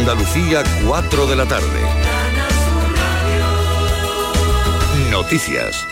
Andalucía, 4 de la tarde. Noticias.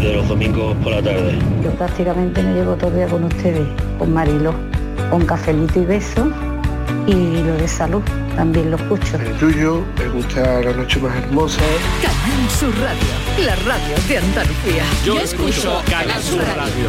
de los domingos por la tarde. Yo prácticamente me llevo todo el día con ustedes, con Marilo, con cafelito y beso y lo de salud también lo escucho. El tuyo, me gusta la noche más hermosa. Canal Sur Radio, la radio de Andalucía. Yo, Yo escucho Canal Sur Radio.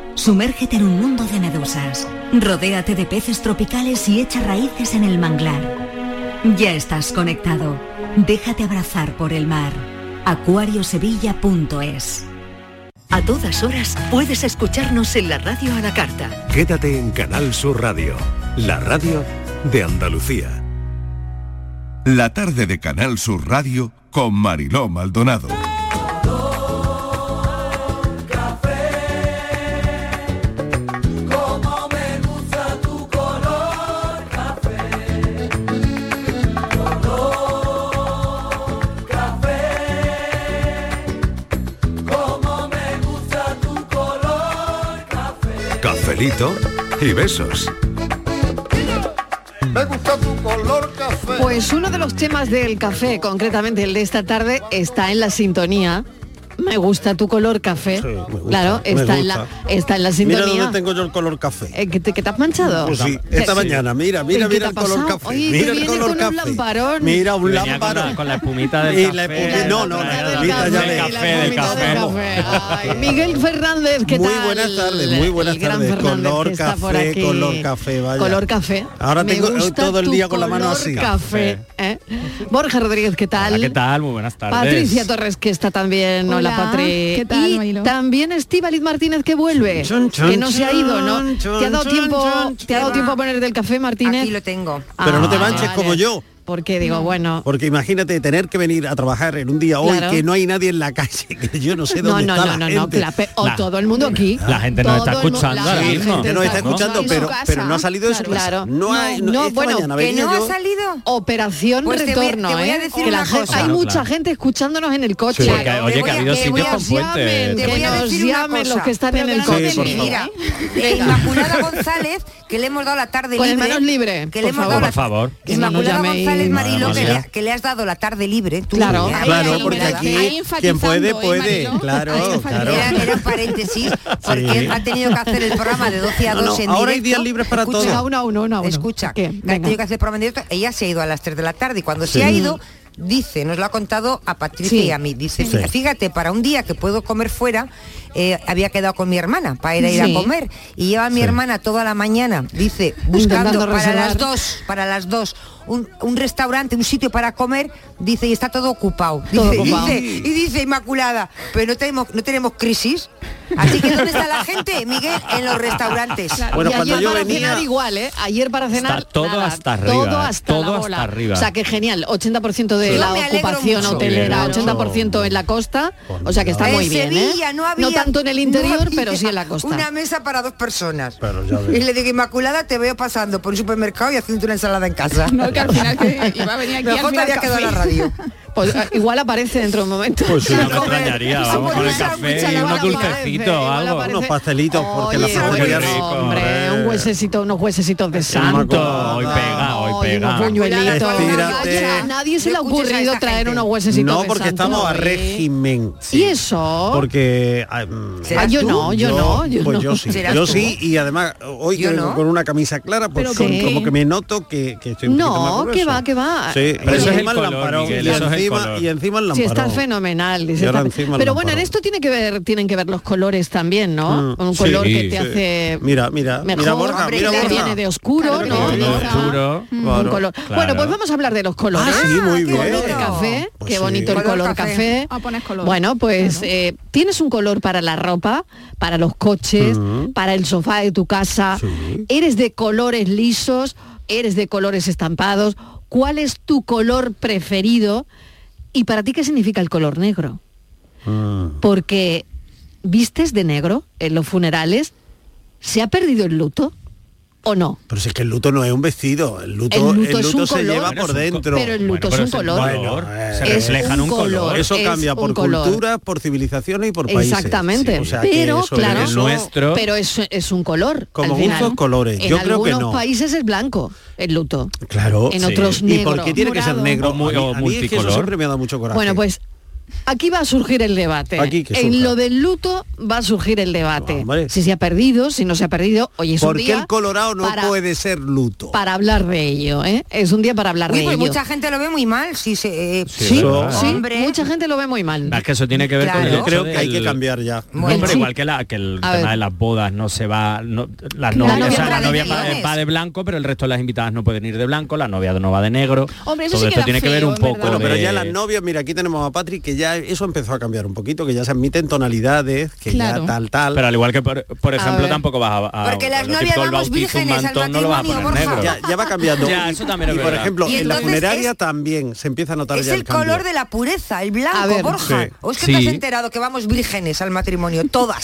Sumérgete en un mundo de medusas. Rodéate de peces tropicales y echa raíces en el manglar. Ya estás conectado. Déjate abrazar por el mar. acuariosevilla.es A todas horas puedes escucharnos en la radio a la carta. Quédate en Canal Sur Radio, la radio de Andalucía. La tarde de Canal Sur Radio con Mariló Maldonado. y besos. Me gusta tu color café. Pues uno de los temas del café, concretamente el de esta tarde, está en la sintonía. Me gusta tu color café. Sí, gusta, claro, está en, la, está en la sintonía. Mira dónde tengo yo el color café. Eh, que, te, que, te, has manchado? Pues sí, esta sí. mañana, mira, mira, mira el color café. Oye, mira el color café. Un lamparón. Mira un lámparo. Con, con, la espumita del café. La espumita, no, no, la espumita ya del café, del café. Ay, Miguel Fernández, ¿qué muy tal? Muy buenas tardes, muy buenas tardes. Color café, color café, vaya. Color café. Ahora tengo eh, todo el día con la mano así. café. ¿eh? Borja Rodríguez, ¿qué tal? ¿Qué tal? Muy buenas tardes. Patricia Torres, que está también. Hola, Patri. ¿Qué tal, y Mariló? también Estíbaliz Martínez, que vuelve. Chon, chon, que no se ha ido, ¿no? Chon, ¿Te ha dado tiempo, ¿te ha dado va. tiempo a poner del café, Martínez? Ah, Aquí lo tengo. Pero no te manches Ah, vale. como yo. Porque digo, bueno... Porque imagínate tener que venir a trabajar en un día hoy Claro. que no hay nadie en la calle, que yo no sé No, dónde no, está no, no, la no, gente. claro, o La- todo el mundo aquí. La gente nos está Todo el mu- escuchando la ahora Sí, mismo. que nos está escuchando, en su pero, casa. pero no ha salido de su casa. Claro. No, ha- no, No, esta bueno, mañana ¿Que venía no yo- ha salido? Operación Pues te voy- retorno, te voy a ¿eh? decir Que la una gente- cosa. Hay Claro, mucha claro. gente escuchándonos en el coche. Sí, Claro, porque, te oye, voy que ha a- habido te voy sitios a- con nos puentes. llamen, Te que voy a nos decir una llamen cosa. los que están Pero en el que no Sí, se por me coche. favor. mira. De Inmaculada González, que le hemos dado la tarde Con libre. las manos libres, Que por le hemos favor. Por dado la favor. Que Que no nos Inmaculada llaméis. González Marilo, Madre que le, mía. que le has dado la tarde libre. tú, Claro. ya. Claro, Ahí, porque ahí, aquí ahí. quien enfatizando, puede, ¿eh, puede. Mariló? Claro, claro. Era, era un paréntesis, porque Sí. ha tenido que hacer el programa de 12 a No, 2 no, en directo. ahora hay días libres para Escucha, todos. Venga, uno a uno, uno a uno. Escucha, ¿Qué? que que ha Venga. tenido que hacer el programa en directo, ella se ha ido a las 3 de la tarde y cuando Sí. se ha ido, dice, nos lo ha contado a Patricia Sí. y a mí, dice, Sí. fíjate, para un día que puedo comer fuera, eh, había quedado con mi hermana para ir a ir Sí. a comer y lleva a mi Sí. hermana toda la mañana, dice, buscando Intentando para reservar. las dos, para las dos. Un, un restaurante, un sitio para comer, dice, y está todo ocupado. Todo Dice- ocupado. dice, y dice Inmaculada, pero no tenemos, no tenemos crisis. Así que ¿dónde está la gente, Miguel? En los restaurantes. Claro, Bueno, y cuando ayer yo para venía- cenar igual, ¿eh? Ayer para cenar todo nada, hasta todo ¿eh? arriba, hasta todo la hasta bola. arriba. O sea que genial, 80% de Yo la me alegro ocupación mucho. hotelera, Sí, 80% en la costa, o sea que está en muy bien, ¿eh? Sevilla no había tanto en el no interior, había pero sí en la costa. Una mesa para dos personas. Pero ya ves. Y le digo, Inmaculada, te veo pasando por un supermercado y haciendo una ensalada en casa. No, que al final que iba a venir aquí al Mejor te final había quedado café. la radio. Pues eh, igual aparece dentro de un momento. Pues sí, No me Joder, extrañaría, eso vamos por con el un café sándwich y a la unos hora que dulcecitos o Igual algo. aparece- Unos pastelitos, porque la Oye, familia- bueno, hombre, Eh. un huesecito, unos huesecitos de me santo. acuerdo. Hoy pega, hoy no, y unos Pega. buñuelitos. Estírate. A nadie se le ha ocurrido traer unos huesecitos. No, porque besantes. estamos a régimen. Y eso. Porque ah, mm, ¿Serás Ah, yo tú? no, yo no, yo pues no. yo sí, ¿Serás yo tú? sí y además hoy Yo que vengo no. con una camisa clara, pues Pero con- ¿qué? como que me noto que, que estoy un poquito más No, Ah, grueso. que va, que va. Sí, Pero eso es el encima color, lamparón, Miguel, y, eso es el encima, color. y encima el Sí, está lamparón. fenomenal. dice, Y ahora está- encima el Pero bueno, en lamparón. esto tiene que ver, tienen que ver los colores también, ¿no? Mm, Un sí, color que sí. te hace Mira, mira, mira mejor, Borja, hombre, mira que Borja. viene de oscuro, ¿no? Un color. Bueno, pues vamos a hablar de los colores. Ah, sí, muy qué bien. Pues bonito el café, qué bonito el Color color café. café. Ah, pones color. Bueno, pues eh, tienes un color para la ropa, para los coches, Mm. para el sofá de tu casa. Eres de colores lisos, eres de colores estampados. ¿Cuál es tu color preferido? ¿Y para ti qué significa el color negro? Porque vistes de negro en los funerales. ¿Se ha perdido el luto o no? Pero si es que el luto no es un vestido, el luto, El luto el es luto un se color, lleva por pero es un co- dentro. pero el luto Bueno, es pero un es un color. color, se eh, refleja en un color. Eso es cambia por un color. culturas, por civilizaciones y por países. Exactamente. O sea que pero eso claro, es- pero es, es un color. Como al final. muchos colores, En yo creo que algunos no. países es blanco el luto. Claro. En otros ¿Y por negro, qué tiene que ser morado. negro? O mu- A mí- o a mí es que eso multicolor. siempre me ha dado mucho coraje. Bueno, pues aquí va a surgir el debate. Aquí que surja. en lo del luto va a surgir el debate. si se ha perdido, si no se ha perdido, hoy es un ¿Por qué día el colorado no para, puede ser luto? para hablar de ello, ¿eh? Es un día para hablar Uy, de pues ello. mucha gente lo ve muy mal. Si se, eh, Sí, es verdad. Sí, hombre. mucha gente lo ve muy mal. Es que eso tiene que ver Claro. con Yo creo que hay que cambiar ya. No, Bueno, pero sí. igual que, la, que el A tema ver. de las bodas no se va, no- las La novias- novia o sea, va la de novia va, millones. va de blanco, pero el resto de las invitadas no pueden ir de blanco, la novia no va de negro. Hombre, eso Todo sí esto queda tiene que ver feo, un es poco Bueno, de... pero ya las novias, mira, aquí tenemos a Patrick, que ya eso empezó a cambiar un poquito, que ya se admiten tonalidades, que Claro. ya tal, tal. Pero al igual que, por, por A ejemplo, ver. tampoco vas a... a- Porque las lo que novias todo el vamos bautizo, un vírgenes al mantón, no lo vas a poner matrimonio, Borja. negro. Ya- ya va cambiando. Ya, Y- eso también es y, por verdad. ejemplo, Y en la entonces funeraria también se empieza a notar Es ya el, el color cambio. de la pureza, el blanco, A ver. Borja. Sí. ¿O es que Sí. te has enterado que vamos vírgenes al matrimonio? Todas.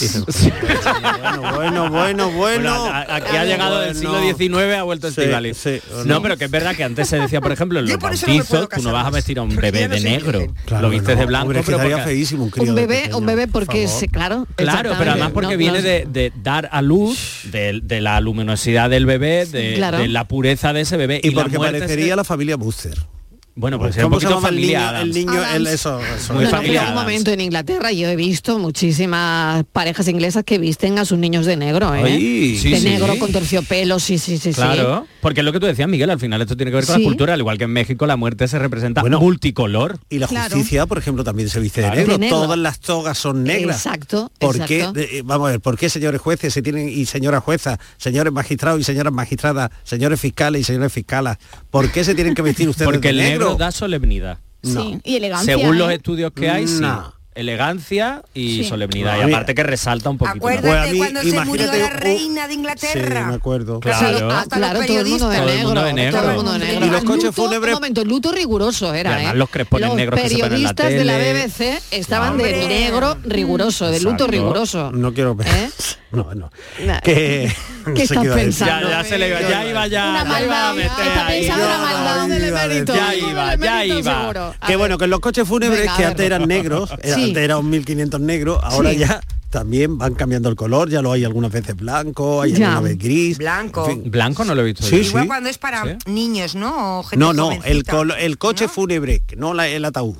Ah, Bueno, bueno, bueno. Bueno, a- aquí ha llegado del siglo XIX, ha vuelto Estivaliz. no, pero que es verdad que antes se decía, por ejemplo, en los por eso no me bautizos, puedo tú no vas a vestir a un bebé de negro. lo vistes de blanco, Hombre, es que pero estaría porque- feísimo un crío Un de bebé, pequeño. un bebé porque Por favor. se- claro. Claro, pero además exactamente. porque No, viene no- de, de dar a luz, de, de la luminosidad del bebé, de, Claro. de la pureza de ese bebé. Y, eh, la porque muerte este parecería se- la familia Booster. Bueno, pues es un ¿Cómo se poquito llama el niño? familiar. El niño, el- Adams. eso, eso. Muy No, no, familiar. pero un momento en Inglaterra yo he visto muchísimas parejas inglesas que visten a sus niños de negro, ¿eh? Ay, sí, de sí. negro con terciopelo, sí, sí, sí, sí. Claro, porque es lo que tú decías, Miguel, al final esto tiene que ver con Sí. la cultura, al igual que en México la muerte se representa multicolor. Y la Claro. justicia, por ejemplo, también se viste Claro. de, negro. De negro. Todas las togas son negras. Exacto, ¿Por exacto. qué, de- eh, vamos a ver, por qué señores jueces se tienen y señoras juezas, señores magistrados y señoras magistradas, señores fiscales y señores fiscalas? ¿Por qué se tienen que vestir ustedes Porque de el negro negro? da solemnidad. Sí, y elegancia. Según los ¿eh? estudios que hay, sí. Mm, No. Elegancia y Sí. solemnidad. Mira. y aparte que resalta un poquito. Acuérdate Pues a mí, cuando se murió imagínate la un- reina de Inglaterra. Sí, me acuerdo. Claro. Ah, claro, todo el mundo de Todo el negro. mundo de negro. Todo el mundo de negro. Y los coches Luto, fúnebres- Un momento, el luto riguroso Y era, además ¿eh? los crepones Los negros que se ponen en la periodistas de la tele. Mm. BBC estaban de Hombre. negro riguroso, de luto Exacto. riguroso. No quiero ver. No, no. Nah. Que- ¿Qué sé estás iba a decir. pensando? Ya- ya se le iba- ya iba ya- Una ya iba a maldad, meter está ahí. pensando una maldad del emérito, Ya del iba, ya emérito iba. seguro. A Que ver. bueno, que los coches fúnebres Venga, que a antes verlo. eran negros, era- Sí. antes eran 1500 negros, ahora Sí. ya también van cambiando el color, ya lo hay algunas veces blanco, hay Ya. algunas veces gris. Blanco. en fin. Blanco no lo he visto. Sí, yo. sí. Igual cuando es para Sí. niños, ¿no? O gente No, no, jovencita. el, colo- el coche fúnebre, no la- el ataúd.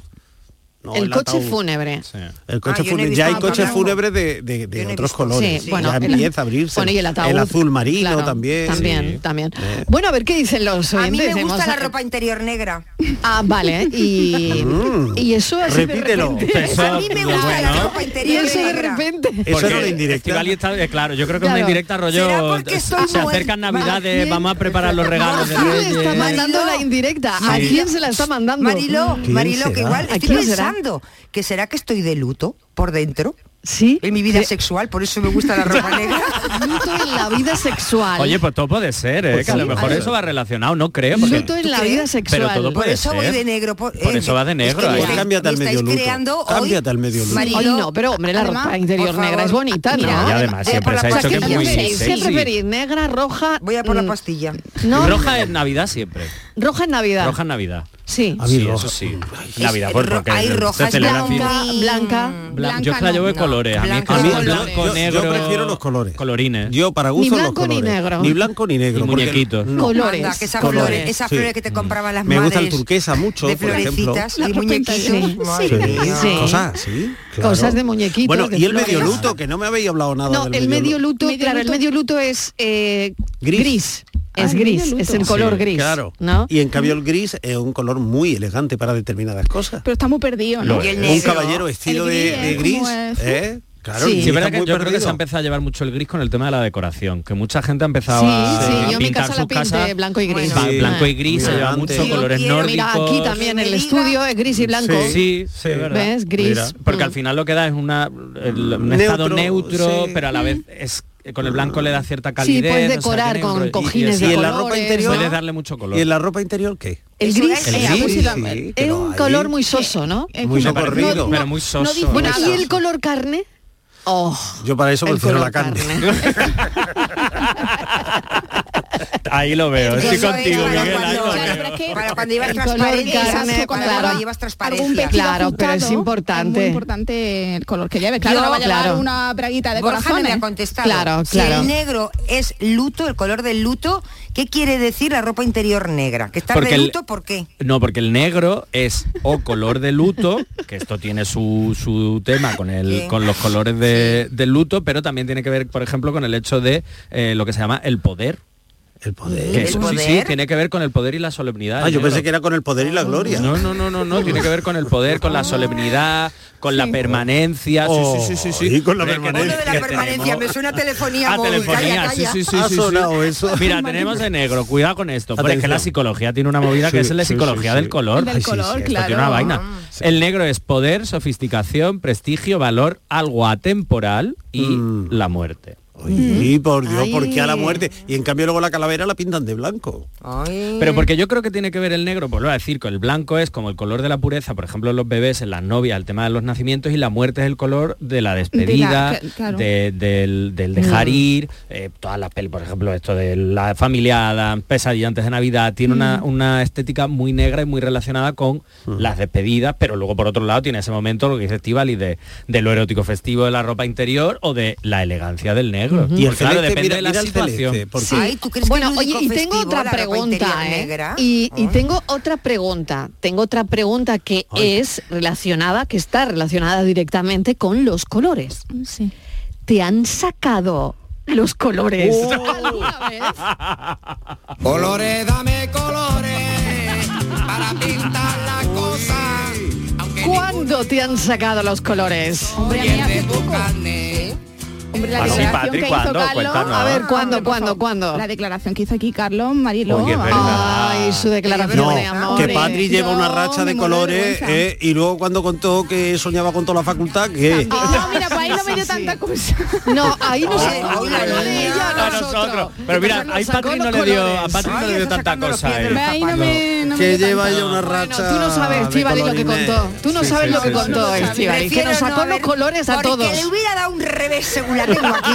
No, el coche ataúd. fúnebre. El coche Ah, yo no he fúnebre, visto ya hay nada coches blanco. fúnebres de, de- de otros colores. Sí, bueno, ya el- empieza a abrirse. Bueno, y el ataúd. azul marino Claro, también. También, Sí. Eh. también. Bueno, a ver qué dicen los A mí oyentes. me gusta Hemos- la ropa interior negra. Ah, vale. Y, Mm. y eso así Repítelo. de repente. Eso- A mí me gusta la Bueno. ropa Y interior eso de negra. repente. Porque era la indirecta. Estivali está- eh, claro, yo creo que Claro. es una indirecta ¿Será rollo. porque se- estoy se muerta? acercan navidades, vamos a preparar los regalos de ¿A quién le está Reyes. mandando la indirecta? ¿A Sí. quién se la está mandando? Mariló, Mariló, que igual Ah. ¿A estoy quién será? pensando que será que estoy de luto por dentro. Sí. En mi vida sexual, por eso me gusta la ropa negra. Luto en la vida sexual. Oye, pues todo puede ser, ¿eh? Pues que a sí, lo mejor vale. eso va relacionado, no creo. Porque... Luto en la vida sexual. Pero todo puede por eso voy ser. de negro. Por, Por eh, eso va de es que negro, me ahí. estáis- Cámbiate al me estáis medio luto. creando hoy- Cámbiate al medio luto. Mariló, Hoy no, pero hombre, la Además, ropa interior por negra es favor, bonita, ¿no? Y además voy a eh, por siempre la se ha dicho que pastilla. es muy ¿Qué hacéis? ¿Qué sexy. preferís? ¿Negra, roja? Voy a por la mm, pastilla. No, Roja es Navidad siempre. roja en Navidad. Roja es Navidad. Sí. Ha habido eso sí. Es- Navidad, por porque hay se rojas, celebra la fiesta. blanca, blanca, Blan- Yo es que la llevo de colores. A mí es que A mí blanco, yo- yo negro. prefiero los colores. Colorines. Yo para Ni gusto los blanco ni colores. negro. Ni blanco ni negro. Y porque- muñequitos. no. Colores. Anda, que esas Colores, flores, esas sí. flores que te compraban las Me madres. gusta el turquesa mucho, de por ejemplo. florecitas La y propita, sí. muñequitos. Madre Sí, mía. Sí. Cosas, sí. claro. Cosas de muñequitos, Bueno, de y el flores. medio luto, que no me habéis hablado nada No, del el medio luto, claro, el medio luto es eh, gris. Ah, Es gris, es el color Sí, gris. Claro. ¿no? Y en cambio el gris es un color muy elegante para determinadas cosas. Pero está muy perdido, Lo ¿no? es. un caballero vestido El de, gris de es gris, como es. ¿eh? Claro, Sí, el gris es verdad está que yo muy creo que se ha perdido. empezado a llevar mucho el gris con el tema de la decoración, que mucha gente ha empezado a eh, Sí, a yo mi pintar casa la sus pinté casas blanco y gris. ba- Sí. blanco y gris, Muy se lleva elegante. mucho colores nórdicos. Mira, aquí también en el estudio es gris y blanco. Sí, sí, es verdad. ¿Ves? Gris. Mm. Mira, porque al final lo que da es una, el- un estado Neutro, neutro, sí. pero a la vez es eh, con el blanco le da cierta Sí, calidez. o puedes sea, decorar tiene un con rollo- cojines y de en colores. Puedes darle mucho color. ¿Y en la ropa interior qué? El Eso gris, es, eh, sí, ha puesto- sí, sí, es pero un ahí- color muy soso, ¿no? Muy Me parece- socorrido. pero muy soso. Bueno, y el color carne. Oh, Yo para eso El prefiero la color carne. Ahí lo veo, Eso estoy es contigo, para Miguel. ahí cuando- lo Claro, veo. pero es que- Para cuando llevas El color transparencia, carne, exacto, cuando claro. llevas Algún transparencia. vestido Claro, pero es ajustado, importante. Es muy importante el color que lleves. Claro, Yo, no va a llevar claro. una braguita de Borja no me corazones. ha contestado. Claro, si claro. el negro es luto, el color del luto, ¿qué quiere decir la ropa interior negra? ¿Que estás Porque de el- luto? ¿Por qué? No, porque el negro es o color de luto, que esto tiene su, su tema con, el, Sí. con los colores de, del luto, pero también tiene que ver, por ejemplo, con el hecho de eh, lo que se llama el poder. El poder. Que ¿El eso sí, sí, poder? tiene que ver con el poder y la solemnidad. Ah, yo negro. pensé que era con el poder y la gloria. No, no, no, no, no, tiene que ver con el poder, Oh. con la solemnidad, con la permanencia. Sí, sí, sí, sí, sí. Oh, y con la Hombre, que permanencia. tenemos- La que permanencia, tenemos- me suena a telefonía Ah, móvil. telefonía, calla, sí, calla. sí, sí, Ha sí, sí. sonado eso. Mira, tenemos de negro, cuidado con esto. Porque es que la Atención. psicología tiene una movida que Sí, es la sí, sí, psicología sí. del color. Del Ay, sí, sí, color, esto claro. Tiene una vaina. El negro es poder, sofisticación, prestigio, valor, algo atemporal y Mm. la muerte. Ay, por Dios, ¿por qué a la Ay. muerte? Y en cambio luego la calavera la pintan de blanco. Ay. Pero porque yo creo que tiene que ver el negro, pues lo voy a decir, con el blanco es como el color de la pureza, por ejemplo, en los bebés, en las novias, el tema de los nacimientos y la muerte es el color de la despedida, De la- claro. de- del, del dejar ir, eh, todas las pelis, por ejemplo, esto de la familiada, pesadilla antes de Navidad, tiene una, una estética muy negra y muy relacionada con Mm. las despedidas, pero luego por otro lado tiene ese momento lo que dice Estivali de, de lo erótico festivo de la ropa interior o de la elegancia del Y negro. el Pues claro, celeste, depende mira- de la mira el celeste, situación. porque- Sí. Ay, ¿tú crees que bueno, es oye, lúdico y tengo festivo otra la ropa pregunta, interior ¿eh? negra? Ah. Y, y Ay. tengo otra pregunta, tengo otra pregunta que es relacionada, que está relacionada directamente con los colores. Sí. Te han sacado los colores. Oh, ¿Alguna vez? Colores, dame colores para pintar las cosas. ¿Cuándo te han sacado los colores? Hombre, a mí hace poco. Hombre, la Ah, sí, declaración Patrick, que hizo ¿cuándo? Carlos. Ah, Cuéntanos. A ver, ¿cuándo, Hombre, por cuándo, favor. cuándo? La declaración que hizo aquí Carlos Mariló. Oye, es vamos. verdad. Ay, su declaración No, de amor. que Patri lleva una Ah, No, racha de me muero de colores vergüenza. eh, y luego cuando contó que soñaba con toda la facultad, que No, mira, pues ahí no me dio Sí, sí. tanta cosa. No, ahí no se Ay, ay, no de ay, ella a a nosotros. Pero mira, Nos ahí sacó Patrick los no le dio, a colores. Patrick no Ay, le dio está tanta sacando los cosa. pies eh. del Ahí no me, no me que dio lleva tanto. ella una Bueno, racha. tú no sabes, Estivali, lo que colorines. contó. Tú no Sí, sabes sí, lo que sí, contó sí. Estivali, que Prefiero nos sacó no los haber- colores a porque todos. le hubiera dado un revés según la tengo aquí.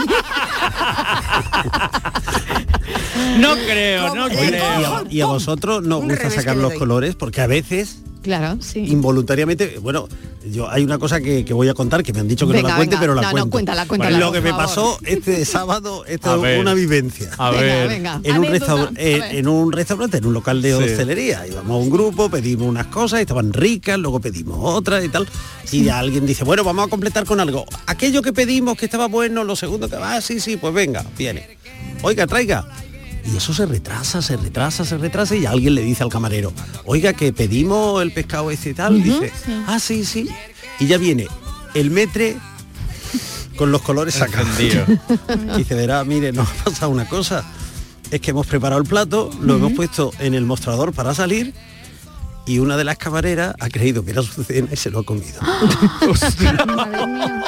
No creo, Como- no creo. le cojo- Y a vosotros no os Un gusta revés sacar que le los doy. colores porque a veces Claro, sí. involuntariamente, bueno, yo hay una cosa que, que voy a contar que me han dicho que no Venga, la cuente, venga. pero la No, no, cuento. cuéntala, cuéntala, lo por que me favor. pasó este sábado, esta A es ver. una vivencia. A Venga, ver. venga. En un, Anécdota, restaur- a en- ver. en un restaurante, en un local de Sí. hostelería. Íbamos un grupo, pedimos unas cosas, estaban ricas, luego pedimos otras y tal. Y alguien dice, bueno, vamos a completar con algo. Aquello que pedimos que estaba bueno, lo segundo que va, ah, sí, sí, pues venga, viene. Oiga, traiga. Y eso se retrasa, se retrasa, se retrasa y alguien le dice al camarero, oiga, que pedimos el pescado este y tal. dice, ah, sí, sí. Y ya viene el metre con los colores sacados. Encendido. Y dice, verá, mire, nos ha pasado una cosa. Es que hemos preparado el plato, lo hemos puesto en el mostrador para salir y una de las camareras ha creído que era su cena y se lo ha comido. Madre mía.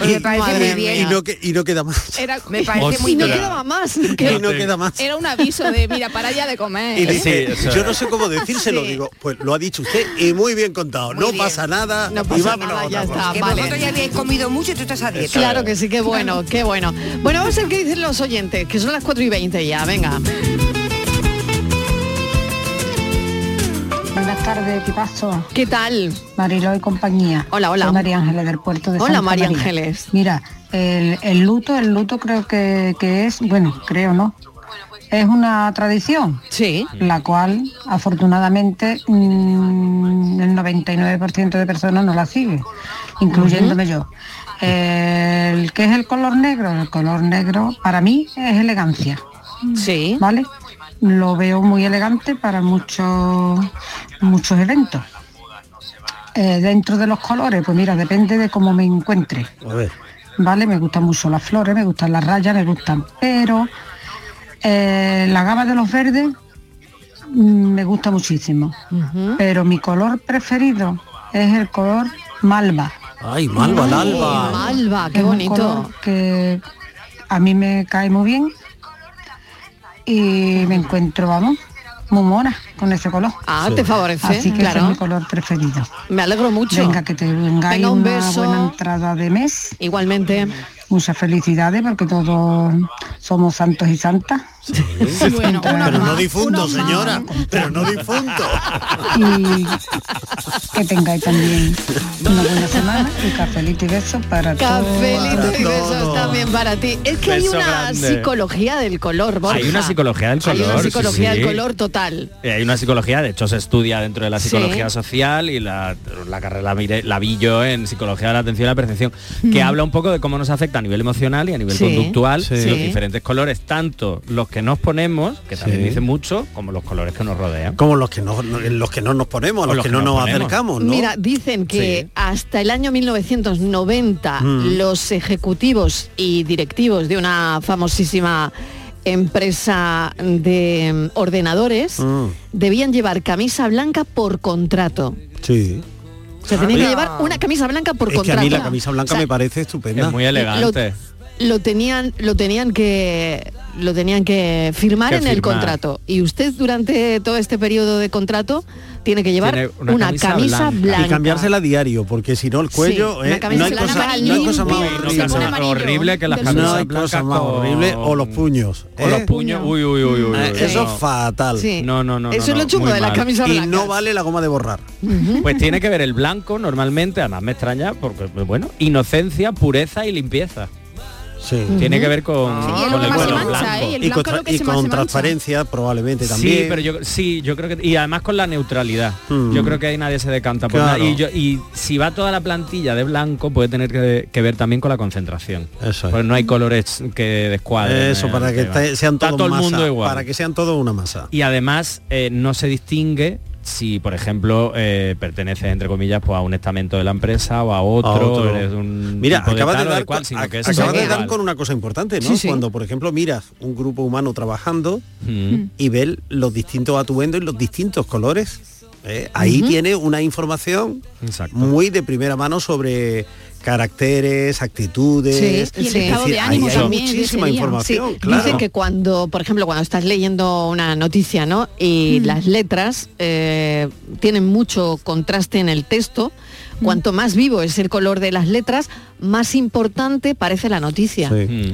Pues me parece Madre muy mía. bien. y, no que- y no queda más. Era, Me parece muy Y no bien. Ostras. quedaba más. Y que- no queda más. era un aviso de, mira, para allá de comer. Y ¿eh? dice, Sí, o sea- yo no sé cómo decírselo, Sí. digo, pues lo ha dicho usted y muy bien contado, Muy no bien. pasa nada, No y pasa vámonos nada, a otra ya está, cosa. Que vale. vosotros ya habíais comido mucho y tú estás a dieta. Claro que sí, qué bueno, qué bueno. Bueno, vamos a ver qué dicen los oyentes, que son las 4 y 20 ya, venga. Buenas tardes, equipazo. ¿Qué tal? Mariló y compañía. Hola, hola. Soy María Ángeles del puerto de Hola, Santa María María. Ángeles. Mira, el, el luto, el luto creo que, que es, bueno, creo no, es una tradición. Sí. La cual, afortunadamente, mm, el 99% de personas no la sigue, incluyéndome yo. El que es el color negro, el color negro para mí es elegancia. Sí. ¿Vale? Lo veo muy elegante para muchos muchos eventos. Eh, dentro de los colores, pues mira, depende de cómo me encuentre. A ver. ¿vale? Me gustan mucho las flores, me gustan las rayas, me gustan, pero eh, la gama de los verdes mm, me gusta muchísimo. Pero mi color preferido es el color malva. Ay, Malva, el alba. Malva, qué Es un bonito. color que a mí me cae muy bien y me encuentro, vamos, muy mona con ese color. Ah, Sí. te favorece, Así que ese claro. es mi color preferido. Me alegro mucho. Venga, que te vengáis Venga, un una beso. buena entrada de mes. Igualmente. Muchas felicidades porque todos somos santos y santas. pero no difunto, señora. Pero no difunto. Y que tengáis también una buena semana y cafelito y besos para todos. Cafelito y besos también para ti. Es que hay Beso una grande. psicología del color, Borja. Hay una psicología del Hay una color, sí, psicología sí. del color total. Eh, Hay una psicología, de hecho se estudia dentro de la Sí. psicología social y la, la carrera la, miré- la vi yo en psicología de la atención y la percepción, que Mm. habla un poco de cómo nos afecta a nivel emocional y a nivel Sí. conductual Sí. los Sí. diferentes colores, tanto los que nos ponemos, que también Sí. dice mucho, como los colores que nos rodean. Como los que no, no- los que no nos ponemos, los, Los que, que no nos nos ponemos. acercamos, ¿no? Mira, dicen que hasta el año 1990 Mm. los ejecutivos y directivos de una famosísima empresa de mm, ordenadores Mm. debían llevar camisa blanca por contrato. Sí. O sea, Ah, tenían que mira. llevar una camisa blanca por es que contrato. a mí la camisa blanca O sea, me parece estupenda. Es muy elegante. lo tenían lo tenían que lo tenían que firmar Que en el firmar. contrato y usted durante todo este periodo de contrato tiene que llevar Tiene una, camisa, blanca, Y cambiársela a diario, porque si no el cuello una eh, no camisa hay blanca cosa, no hay cosa más Uy, no, horrible. cosa más horrible que las camisas No hay cosa blancas más con- horrible o los puños. O los puños, uy, uy, uy, uy, Eh, uy, Eso no. es fatal. Sí. No, no, no, Eso no, es lo no, chungo muy de las mal. camisas Y no blancas. vale la goma de borrar. Pues tiene que ver el blanco normalmente, además me extraña, porque pues bueno, inocencia, pureza y limpieza. Sí. Tiene que ver con, Sí, y el con que más se color mancha, blanco. ¿eh? El Y blanco es lo con que tra- se y más con se mancha. transparencia probablemente Sí, también. Hmm. pero yo sí, yo creo que y además con la neutralidad. Yo creo que ahí nadie se decanta por Claro. nada. Y, yo- y si va toda la plantilla de blanco puede tener que, que ver también con la concentración. Eso Pues no hay colores que descuadren. Eh. Eso, eh, para que va. te- sean Está todos todo el masa, mundo igual. Para que sean todos una masa. Y además eh, no se distingue si, por ejemplo, eh, perteneces, entre comillas, pues, a un estamento de la empresa o a otro. otro. eres un Mira, tipo acabas de, tal o dar, cual, con- sino ac- que es acabas todo de dar igual. con una cosa importante, ¿no? Sí, sí. Cuando, por ejemplo, miras un grupo humano trabajando Mm. y ves los distintos atuendos y los distintos colores, ¿eh? ahí Ujú. tiene una información Exacto. muy de primera mano sobre caracteres, actitudes, Sí, y es el estado decir, de ahí ánimo hay también. de ese muchísima día. información, Sí, claro. Dicen que cuando, por ejemplo, cuando estás leyendo una noticia, ¿no? Y Mm. las letras eh, tienen mucho contraste en el texto. Mm. Cuanto más vivo es el color de las letras, más importante parece la noticia.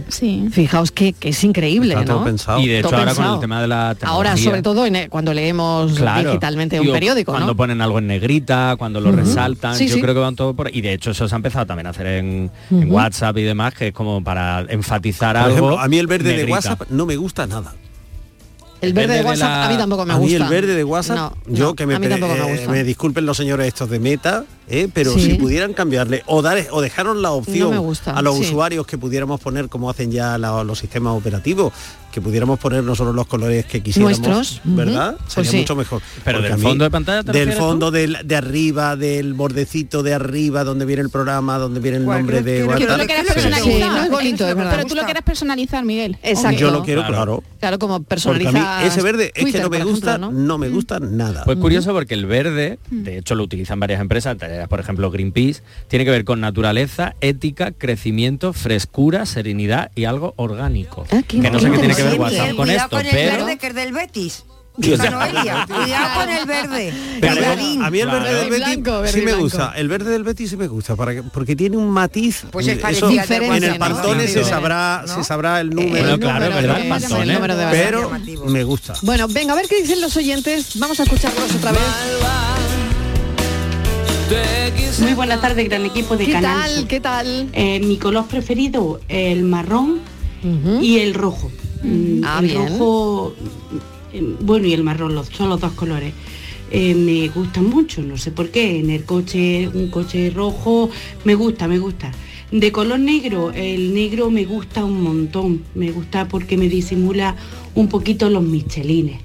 Sí. Fijaos que, que es increíble, Está todo ¿no? pensado. Mm. Y de hecho Todo ahora con pensado. el tema de la Ahora, tecnología. sobre todo en el- cuando leemos Claro. digitalmente un Digo, periódico, Cuando ¿no? ponen algo en negrita, cuando lo resaltan, Sí, yo sí. creo que van todo por ahí. Y de hecho eso se ha empezado también a hacer en, en Ujú. WhatsApp y demás, que es como para enfatizar Por algo. ejemplo, a mí el verde de negrita. WhatsApp no me gusta nada. El verde de WhatsApp a mí tampoco me a mí gusta. el verde de WhatsApp, No, yo no, que me, a mí pre- tampoco me eh, gusta. me disculpen los señores estos de Meta, eh, pero Sí. si pudieran cambiarle o dar o dejaron la opción No me gusta, a los sí. usuarios que pudiéramos poner como hacen ya la- los sistemas operativos, que pudiéramos poner nosotros los colores que quisiéramos, Nuestros, ujú. ¿verdad? Pues Sería sí. mucho mejor. Pero Porque del a mí- fondo de pantalla te del refieres tú? fondo del- de arriba, del bordecito de arriba donde viene el programa, donde viene el nombre de Pero tú lo quieres Sí. personalizar. Sí, no es bonito, es verdad. Pero tú lo quieres personalizar, Miguel. Exacto. Yo lo quiero claro. Claro, como Porque a personalizar. mí ese verde es que no me gusta, ¿no? me gusta nada. Pues curioso porque el verde, de hecho lo utilizan varias empresas, entre ellas, por ejemplo Greenpeace, tiene que ver con naturaleza, ética, crecimiento, frescura, Ah, serenidad y algo orgánico. que no sé qué tiene que ver Oye, WhatsApp Miguel, con cuidado esto, con el pero verde que es del Betis. Y, o sea, Noelia, cuidado con el verde. Pero cuidadín. a mí el verde del Y Betis blanco, verde sí y me blanco. gusta. El verde del Betis sí me gusta para que- porque tiene un matiz. Pues es eso- parecido al del en Barcelona, el ¿no? Pantone se Diferente, sabrá se sabrá el número. número claro, de- ¿verdad? El Pantone. número de bastante pero me gusta. Bueno, venga, a ver qué dicen los oyentes. Vamos a escucharlos otra vez. Muy buenas tardes, gran equipo de ¿Qué Canal tal? Sur. ¿Qué tal? Eh, mi color preferido, el marrón y el rojo. Mm, Ah, el bien. rojo, eh, bueno, y el marrón, los, son los dos colores. Eh, me gustan mucho, no sé por qué. En el coche, un coche rojo, me gusta, me gusta. De color negro, el negro me gusta un montón. Me gusta porque me disimula un poquito los michelines.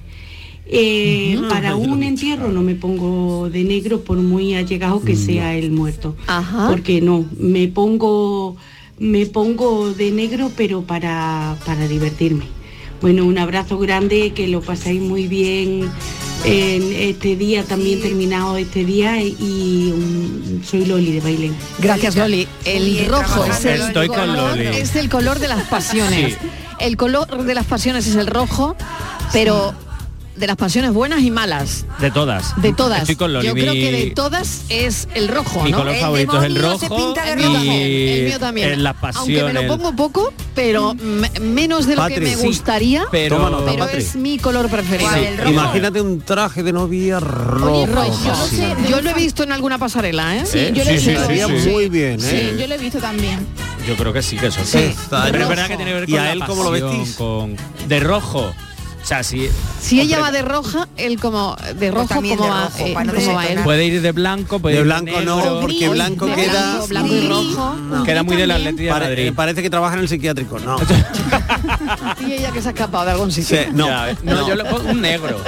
Eh, Ujú. para un entierro no me pongo de negro por muy allegado que sea el muerto. Porque no, me pongo me pongo de negro pero para, para divertirme. Bueno, un abrazo grande, que lo paséis muy bien en este día, también terminado este día y un- soy Loli de Bailén. Gracias Loli. El rojo es el, Estoy con color, Loli. es el color de las pasiones. Sí. El color de las pasiones es el rojo, pero de las pasiones buenas y malas. De todas. De todas. Estoy con Loli. Yo creo mi- que de todas es el rojo, mi ¿no? color favorito es el rojo El mío también, y el mío también. en las Aunque me pasiones. lo pongo poco, pero me- menos de lo Patri, que me sí. gustaría. Pero- Toma nota, pero Patri. es mi color preferido. Imagínate un traje de novia rojo. Oye, Roy, yo, no así. sé, yo lo he visto en alguna pasarela, ¿eh? Sí, ¿Eh? yo lo he Sí, sí, visto. sí, Sería sí. muy bien, Sí, ¿eh? yo lo he visto también. Yo creo que sí, que eso Sí, sí. está Pero es rojo. verdad que tiene que ver ¿Y con a la él cómo lo pasión, vestís? con- de rojo. O sea, si Si ella va de roja, él como de rojo, también como de va, rojo, eh, para no cómo va él. puede ir de blanco, puede De ir blanco no, negro. porque Gris, blanco de queda- blanco, blanco y rojo. Queda muy del Atleti de Pare- eh, Madrid. Parece que trabaja en el psiquiátrico. No. Y ella que se ha escapado de algún sitio. Sí, no. Ya, no, yo lo pongo un negro.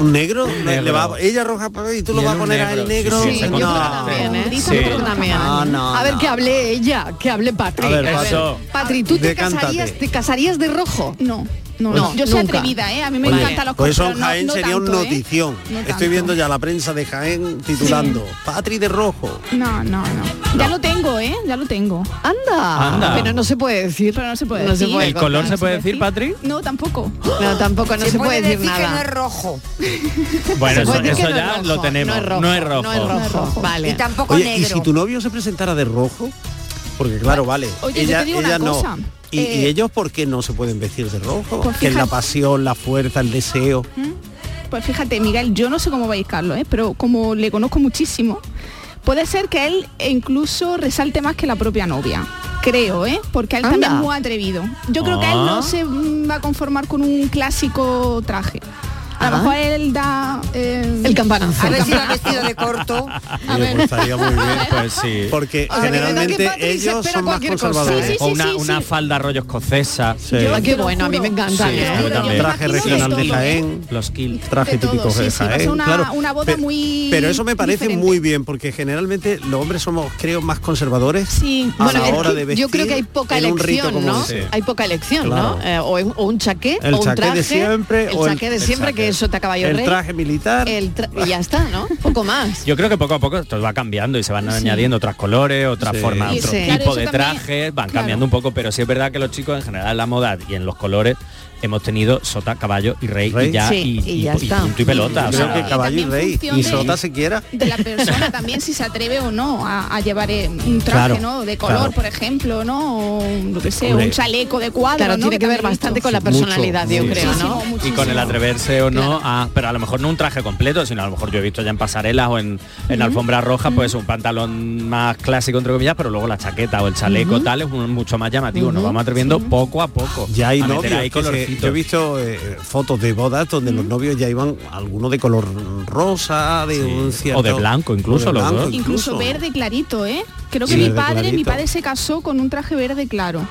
¿Un negro? Le va- ella roja y tú lo Y vas a él un poner al negro, sí, negro. sí, se no. contrasta. También, ¿eh? Sí. Yo creo que también. No, no, a ver, no. que hable ella, que hable Patri. A ver, Eso. Patri, ¿tú te Decántate. casarías, te casarías de rojo? No, no, No, yo soy nunca. atrevida, ¿eh? A mí me Oye, encantan los Pues eso en colores, pero Jaén no, no sería tanto, un ¿eh? notición. No tanto. Estoy viendo ya la prensa de Jaén titulando Patri de Rojo. No, no, no. Ya lo tengo, ¿eh? Ya lo tengo. Anda. Anda. Pero no se puede decir. Pero no se puede No se decir. puede ¿El color se puede decir, Patri? No, tampoco. No, tampoco, no se, puede decir, que no nada. es rojo. Bueno, Se eso, puede decir eso que no es ya rojo, lo tenemos. no es rojo, No es rojo. no es rojo. Vale. Y tampoco Oye, ¿y negro. si tu novio se presentara de rojo? Porque claro, vale. Oye, yo ella te digo una ella no. cosa. ¿Y, y Eh, ellos por qué no se pueden vestir de rojo? Pues que es la fíjate. pasión, la fuerza, el deseo. Pues fíjate, Miguel, yo no sé cómo vais Carlos, ¿eh? pero como le conozco muchísimo, puede ser que él e incluso resalte más que la propia novia. Creo, ¿eh? Porque él también es Anda. muy atrevido. Yo creo que él Ah. no se mm, va a conformar con un clásico traje. A lo Ah. mejor él da... eh, El campanazo. A ver si va vestido de corto. A ver. estaría muy bien. Pues sí. Porque O sea, que de verdad generalmente que Patri se ellos espera son más cualquier cosa. conservadores. O una, una falda rollo escocesa. Ah, qué bueno, a mí me encanta. Sí, ¿eh? yo también. Traje regional de Jaén. Los kilts. Traje típico de Jaén, una, claro. una boda Pe- muy... Pero eso me parece diferente. muy bien, porque generalmente los hombres somos, creo, más conservadores a Bueno, la es hora que de vestir. yo creo que hay poca en un rito elección, como ¿no? ese. Hay poca elección, Claro. ¿no? Eh, o, en- o un chaqué, El o un chaqué de traje, siempre, el o el- chaqué de el siempre que eso te acaba yo El rey. traje militar. El tra- y ya está, ¿no? Poco más. Yo creo que poco a poco esto va cambiando y se van Pues Sí. añadiendo otras colores, otras Sí. formas, Y otro sí. tipo Claro, eso de también- trajes, van cambiando un poco, pero sí es verdad que los chicos en general en la moda y en los colores hemos tenido sota, caballo y rey, y ya, Sí, y, y ya y- y está. punto y pelota. Yo creo que caballo y rey, función y de- sota siquiera. de la persona también si se atreve o no a, a llevar eh, un traje Claro, no de color claro. por ejemplo no o lo que sé Hombre. un chaleco de cuadro Claro, ¿no? tiene que ver también bastante esto- con la personalidad, yo Mucho, creo, muchísimo, ¿no? Y con el atreverse o no, a- pero a lo mejor no un traje completo, sino a lo mejor yo he visto ya en pasarelas o en, en alfombra roja, pues un pantalón más clásico, entre comillas, pero luego la chaqueta o el chaleco tal es un- mucho más llamativo. Nos vamos atreviendo poco a poco. Ya hay a meter novios. ahí que se- colorcitos. yo he visto eh, fotos de bodas donde los novios ya iban algunos de color rosa, de un cierto... O de blanco incluso, o de los blanco dos. incluso verde clarito eh creo que Sí, mi verde padre mi clarito. padre se casó con un traje verde claro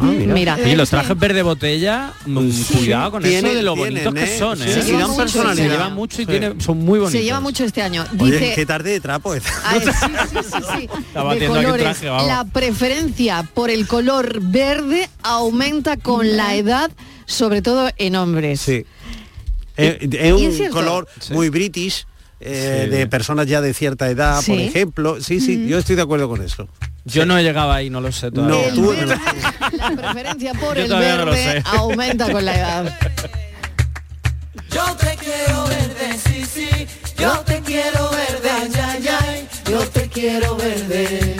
mira. Eh, Y los trajes verde botella, mm, cuidado con Tienen- eso de lo tienen, bonitos que ¿eh? son, Sí, ¿eh? sí, Se sí, llevan sí, personalidad. Se llevan mucho y Sí. tiene- son muy bonitos. Se lleva mucho este año. Oye, Dice, qué tarde de trapo es. Ay, sí, sí, sí, sí. Estaba De haciendo aquí colores. traje, vamos. La preferencia por el color verde aumenta con la edad, sobre todo en hombres. Es, es ¿Y Eh, un es cierto? color muy british, eh, de personas ya de cierta edad, por Sí. ejemplo. Sí, sí, yo estoy de acuerdo con eso. Yo no he llegado ahí, no lo sé No, todavía. tú- La preferencia por Yo el todavía no lo sé. verde aumenta con la edad. Yo te quiero. quiero verde, sí, sí, yo te quiero verde, ay, ay, ay, yo te quiero verde.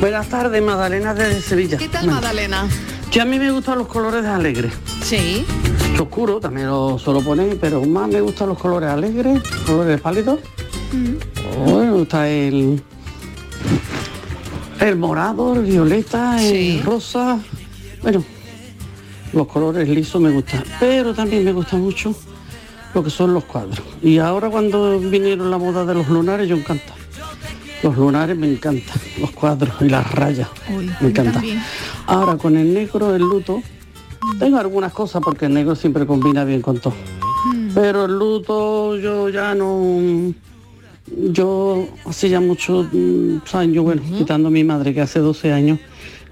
Buenas tardes, Madalena desde Sevilla. ¿Qué tal, Madalena? Que a mí me gustan los colores alegres. Sí. Oscuro también lo suelo poner, pero más me gustan los colores alegres, colores pálidos. Oh, me gusta el el morado, el violeta, Sí. el rosa. Bueno, los colores lisos me gustan, pero también me gusta mucho lo que son los cuadros. Y ahora cuando vinieron la moda de los lunares, yo encanta. Los lunares me encantan, los cuadros y las rayas. me encanta. Ahora con el negro, el luto, tengo algunas cosas porque el negro siempre combina bien con todo. Pero el luto yo ya no... Yo hace ya muchos mm, años, bueno, quitando a mi madre que hace 12 años,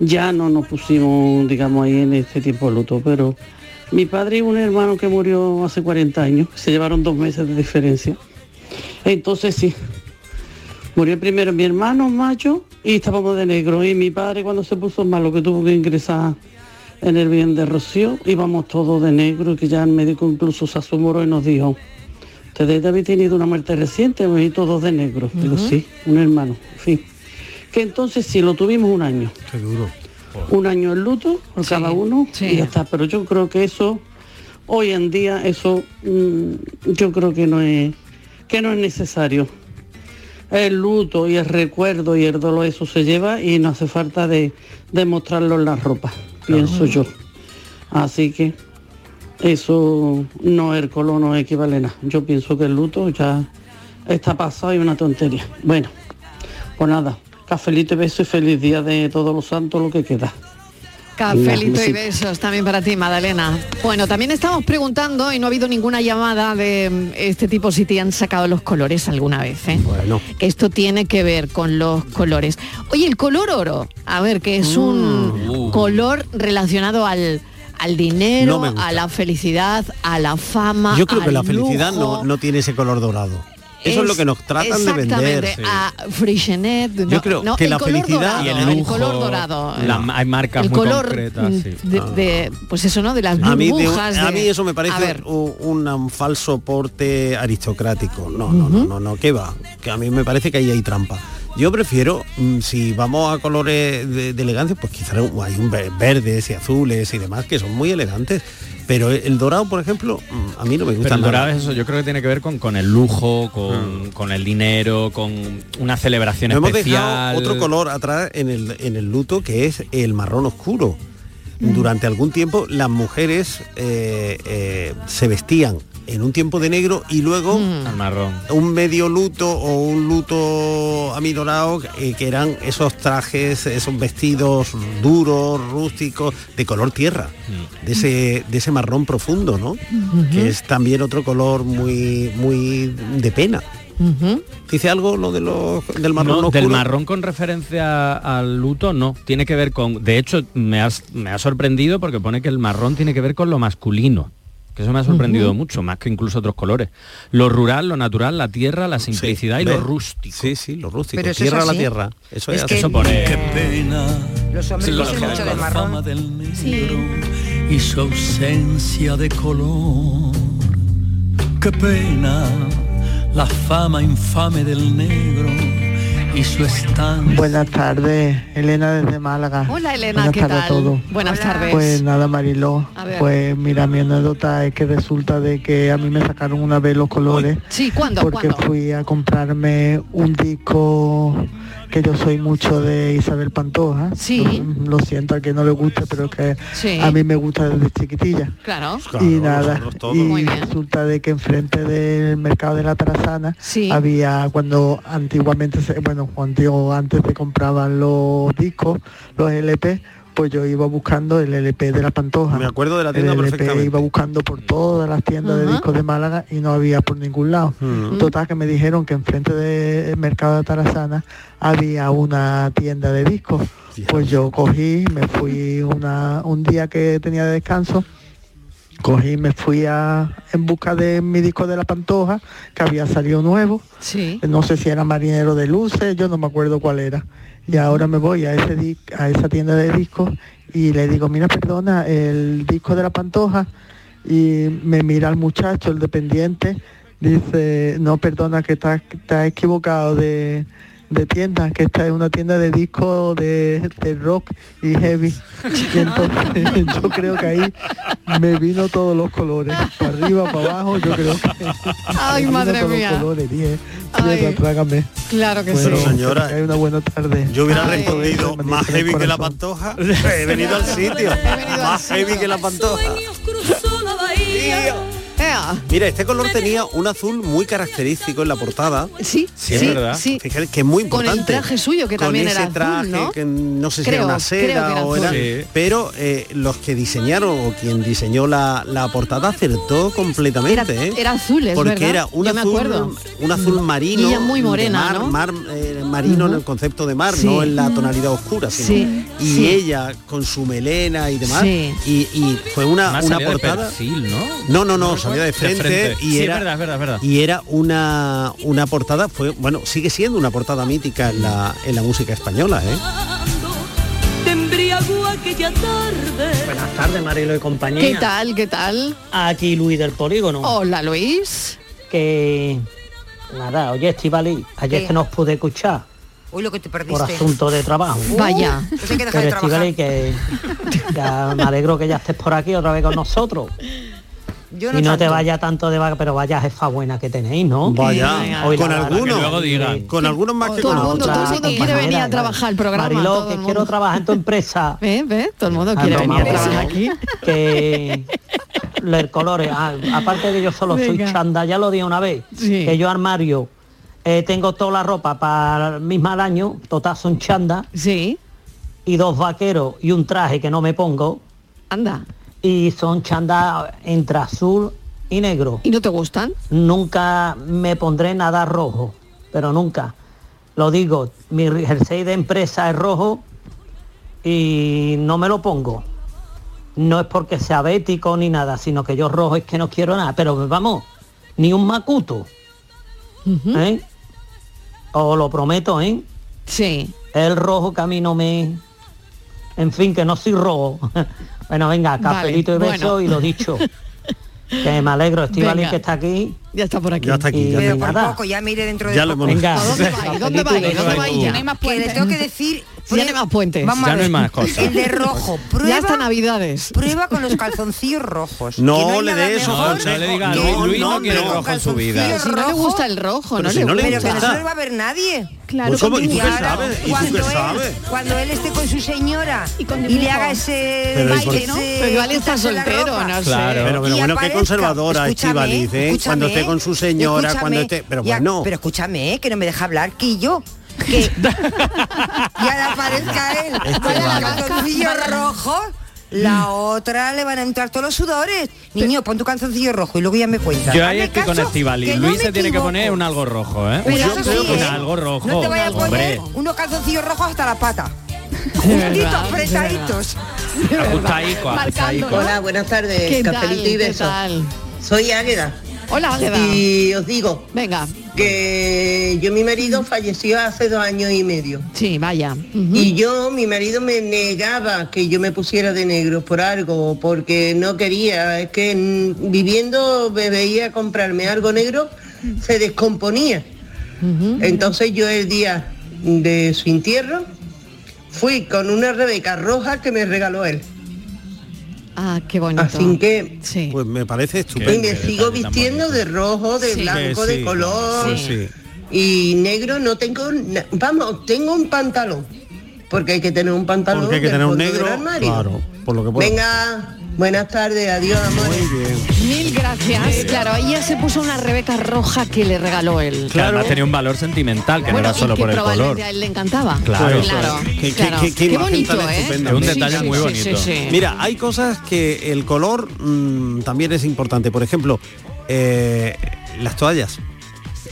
ya no nos pusimos, digamos, ahí en este tiempo de luto, pero mi padre y un hermano que murió hace 40 años, se llevaron dos meses de diferencia. Entonces sí, murió primero mi hermano mayo y estábamos de negro. Y mi padre cuando se puso malo que tuvo que ingresar en el bien de Rocío, íbamos todos de negro, que ya el médico incluso se asombró y nos dijo, ustedes habéis tenido una muerte reciente, me todos de negro. Digo, Ujú. sí, un hermano, en fin. Que entonces sí, lo tuvimos un año. Qué duro. Un año en luto por cada uno y ya está. Pero yo creo que eso, hoy en día, eso mm, yo creo que no es, que no es necesario. El luto y el recuerdo y el dolor, eso se lleva y no hace falta de, de mostrarlo en la ropa, pienso yo. Así que eso no, el color no equivale a nada. Yo pienso que el luto ya está pasado y una tontería. Bueno, pues nada, cafelito y beso y feliz día de todos los santos, lo que queda. Cafelito y sí. besos también para ti, Madalena. Bueno, también estamos preguntando y no ha habido ninguna llamada de mm, este tipo si te han sacado los colores alguna vez. ¿eh? Bueno. Que esto tiene que ver con los colores. Oye, el color oro, a ver, que es Mm. un color relacionado al, al Uh. No dinero, me gusta. a la felicidad, a la fama. Yo creo que al la felicidad no, lujo. no tiene ese color dorado. Eso es, lo que nos tratan de vender. Exactamente, a Freixenet, no, Yo creo no, que el la color felicidad- dorado, Y el el, lujo, color dorado. La- hay marcas el muy color concretas, mm, sí. de, de- pues eso no de las A mí, de un- burbujas a de- mí eso me parece a ver u- un, un falso porte aristocrático. No, no, no, no, no, ¿qué va? Que a mí me parece que ahí hay trampa. Yo prefiero, mm, si vamos a colores de, de elegancia, pues quizás hay un ver- verdes y azules y demás que son muy elegantes. Pero el dorado, por ejemplo, mm, a mí no me gusta Pero el nada. dorado es eso, yo creo que tiene que ver con, con el lujo, con, con el dinero, con una celebración Nos hemos especial. dejado otro color atrás en el, en el luto que es el marrón oscuro. Durante algún tiempo las mujeres eh, eh, se vestían en un tiempo de negro y luego Al marrón. un medio luto o un luto aminorado eh, que eran esos trajes, esos vestidos duros, rústicos, de color tierra, de ese, de ese marrón profundo, ¿no? Que es también otro color muy, muy de pena. ¿Dice algo lo de los, del marrón No, oscuro? del marrón con referencia al luto no tiene que ver con de hecho me, has- me ha sorprendido porque pone que el marrón tiene que ver con lo masculino que eso me ha sorprendido Ujú. mucho más que incluso otros colores lo rural lo natural la tierra la simplicidad y lo ¿ves? rústico sí sí lo rústico Pero eso es tierra a la así. tierra eso es, Es que- así. Eso pone- Qué pena. Los hombres la usan mucho larga de fama marrón. del negro y su ausencia de color. Qué pena. La fama infame del negro y su estancia. Buenas tardes, Elena desde Málaga. Hola Elena, Buenas ¿qué tardes tal? a todos. Buenas tardes. Pues nada, Mariló. A ver. Pues mira, mi anécdota es que resulta de que a mí me sacaron una vez los colores. Sí, ¿cuándo? Porque ¿Cuándo? fui a comprarme un disco que yo soy mucho de Isabel Pantoja. Sí. Lo, lo siento a que no le guste, pero que Sí. a mí me gusta desde chiquitilla claro Pues y nada, y Muy bien. resulta de que enfrente del mercado de la Trazana había cuando antiguamente, se- bueno, cuando antes se compraban los discos, los LP, pues yo iba buscando el LP de la Pantoja. Me acuerdo de la tienda El LP perfectamente. iba buscando por todas las tiendas de discos de Málaga y no había por ningún lado. Ujú. Total que me dijeron que enfrente del mercado de Tarazana había una tienda de discos. Pues yo cogí, me fui una, un día que tenía de descanso, cogí y me fui a, en busca de mi disco de la Pantoja, que había salido nuevo. No sé si era Marinero de Luces, yo no me acuerdo cuál era. Y ahora me voy a, ese di- a esa tienda de discos y le digo, mira, perdona, el disco de la Pantoja y me mira el muchacho, el dependiente, dice, no, perdona que te has, te has equivocado de, de tienda, que esta es una tienda de disco de, de rock y heavy. Y entonces yo creo que ahí me vino todos los colores, para arriba, para abajo, yo creo que... Ay, me vino madre todos los mía. colores, dije, Ay. "Tierra, trágame". Claro que Bueno, sí. señora, que tengáis una buena tarde. Yo hubiera respondido más heavy que la pantoja. He venido al sitio. Más heavy que la pantoja. Mira, este color tenía un azul muy característico en la portada. Sí, sí, sí, sí. Fíjate que es muy Con el importante. traje suyo, que Con también ese era azul, traje, ¿no? que no sé si Creo, era una creo que seda era o era... azul. Sí. Pero eh, los que diseñaron o quien diseñó la, la portada acertó completamente, ¿eh? Era azul, es Porque verdad. era un Yo me acuerdo. azul, un azul marino, Y ya muy de morena, mar, ¿no? mar, eh, marino en el concepto de mar, Sí. no en la tonalidad oscura. sino- Sí, Y sí. ella con su melena y demás, Sí. y, y fue una, Además, una salía de portada... perfil, ¿no? No, no, no, salía de De frente, frente. y Sí, es era verdad, es verdad, es verdad. y era una una portada fue bueno sigue siendo una portada mítica en la en la música española, ¿eh? Te embriagó aquella tarde. Buenas tardes, Marilo y compañía. ¿Qué tal? ¿Qué tal? Aquí Luis del Polígono. Hola, Luis. Que nada, oye Estivali, ayer ¿Qué? que nos pude escuchar Uy, lo que te perdiste. por asunto de trabajo. Vaya. Pues hay que dejar de Pero Estivali, que ya me alegro que ya estés por aquí otra vez con nosotros. Yo y no te tanto. vaya tanto de vaca, pero vaya jefa buena que tenéis, ¿no? Vaya, Hoy la con verdad que algunos, luego con algunos más que Todo con el mundo, otros. todo el mundo quiere venir a trabajar al programa. Mariló, todo que el mundo. quiero trabajar en tu empresa. ¿Ves? ¿Ves? Todo el mundo Han quiere venir a tomado trabajar por ahí aquí. que los colores ah, aparte que yo solo Venga. soy chanda ya lo dije una vez que yo armario eh, tengo toda la ropa para el mismo año todas son chanda sí y dos vaqueros y un traje que no me pongo anda y son chanda entre azul y negro y no te gustan nunca me pondré nada rojo pero nunca lo digo mi jersey de empresa es rojo y no me lo pongo. No es porque sea bético ni nada, sino que yo rojo es que no quiero nada. Pero vamos, ni un macuto. ¿eh? Os lo prometo, ¿eh? Sí. El rojo que a mí no me... En fin, que no soy rojo. bueno, venga, Vale, cafelito y beso bueno. y lo dicho. que me alegro, Estivali Venga. que está aquí. Ya está por aquí. Ya está aquí, ya Pero está por aquí. poco, ya mire dentro de Ya lo poco. hemos- Venga. ¿A dónde vais? ¿Dónde vais? ¿Dónde vais ya? Que le tengo que decir... Si ya no hay más puentes. Vamos a ver. El de rojo. Prueba, Ya hasta Navidades. prueba con los calzoncillos rojos. No que hay le nada dé esos mejor consejos. que- No le diga, Luis, Luis no hombre, quiere con rojo en su vida. calzoncillos Si no le rojos. gusta el rojo, Pero no si le no le gusta. Pero que no gusta. se lo va a ver nadie. Claro, ¿Cómo? ¿Y tú qué Claro, sabes? ¿Y tú cuando qué él, sabes? Cuando él esté con su señora y, le dibujo. haga ese Pero ¿y por- baile, ¿no? Pero igual está soltero, no sé. Claro. Pero, pero Y bueno, qué aparezca. conservadora Escúchame, Estivaliz, ¿eh? escúchame, Cuando esté con su señora, escúchame. cuando esté- pero Ya, bueno. Pero escúchame, ¿eh? que no me deja hablar, que yo. Que ya aparezca él Este con el vale. calzoncillo rojo. La otra le van a entrar todos los sudores. Niño, pon tu calzoncillo rojo y luego ya me cuentas. Yo ahí Hazme estoy caso, con Estivali. que no me Luis se tiene que equivoco. poner un algo rojo, ¿eh? Pero eso sí, un ¿eh? algo rojo. No te vayas a poner hombre. unos calzoncillos rojos hasta la pata. verdad, Juntitos, es apretaditos. Ajustaico, ajustaico. Hola, buenas tardes, ¿Qué tal? cafelito ¿Qué y besos. tal? Soy Águeda. Hola, Águeda. Y os digo, venga, que yo mi marido falleció hace dos años y medio. Sí, vaya. Y yo, mi marido me negaba que yo me pusiera de negro por algo, porque no quería, es que mm, viviendo me veía comprarme algo negro, se descomponía. Entonces yo el día de su entierro fui con una Rebeca roja que me regaló él. Ah, qué bonito. Así que Pues me parece y estupendo. me sigo vistiendo de rojo, de Sí. blanco, Que sí, de color. pues sí. Y negro no tengo, na- vamos, tengo un pantalón. Porque hay que tener un pantalón. Porque hay que del tener un fondo del negro, armario. claro, por lo que pueda. Venga, buenas tardes, adiós, amores. Mil gracias. Ah, Claro, ella se puso una Rebeca roja que le regaló él. Que además tenía un valor sentimental, que Bueno, no era y solo que por el probablemente color. a él le encantaba. Claro. claro. Qué- qué- claro. qué- qué imagen bonito, tan ¿eh? estupenda. Es un detalle muy bonito. Mira, hay cosas que el color mm, también es importante. Por ejemplo, eh, las toallas.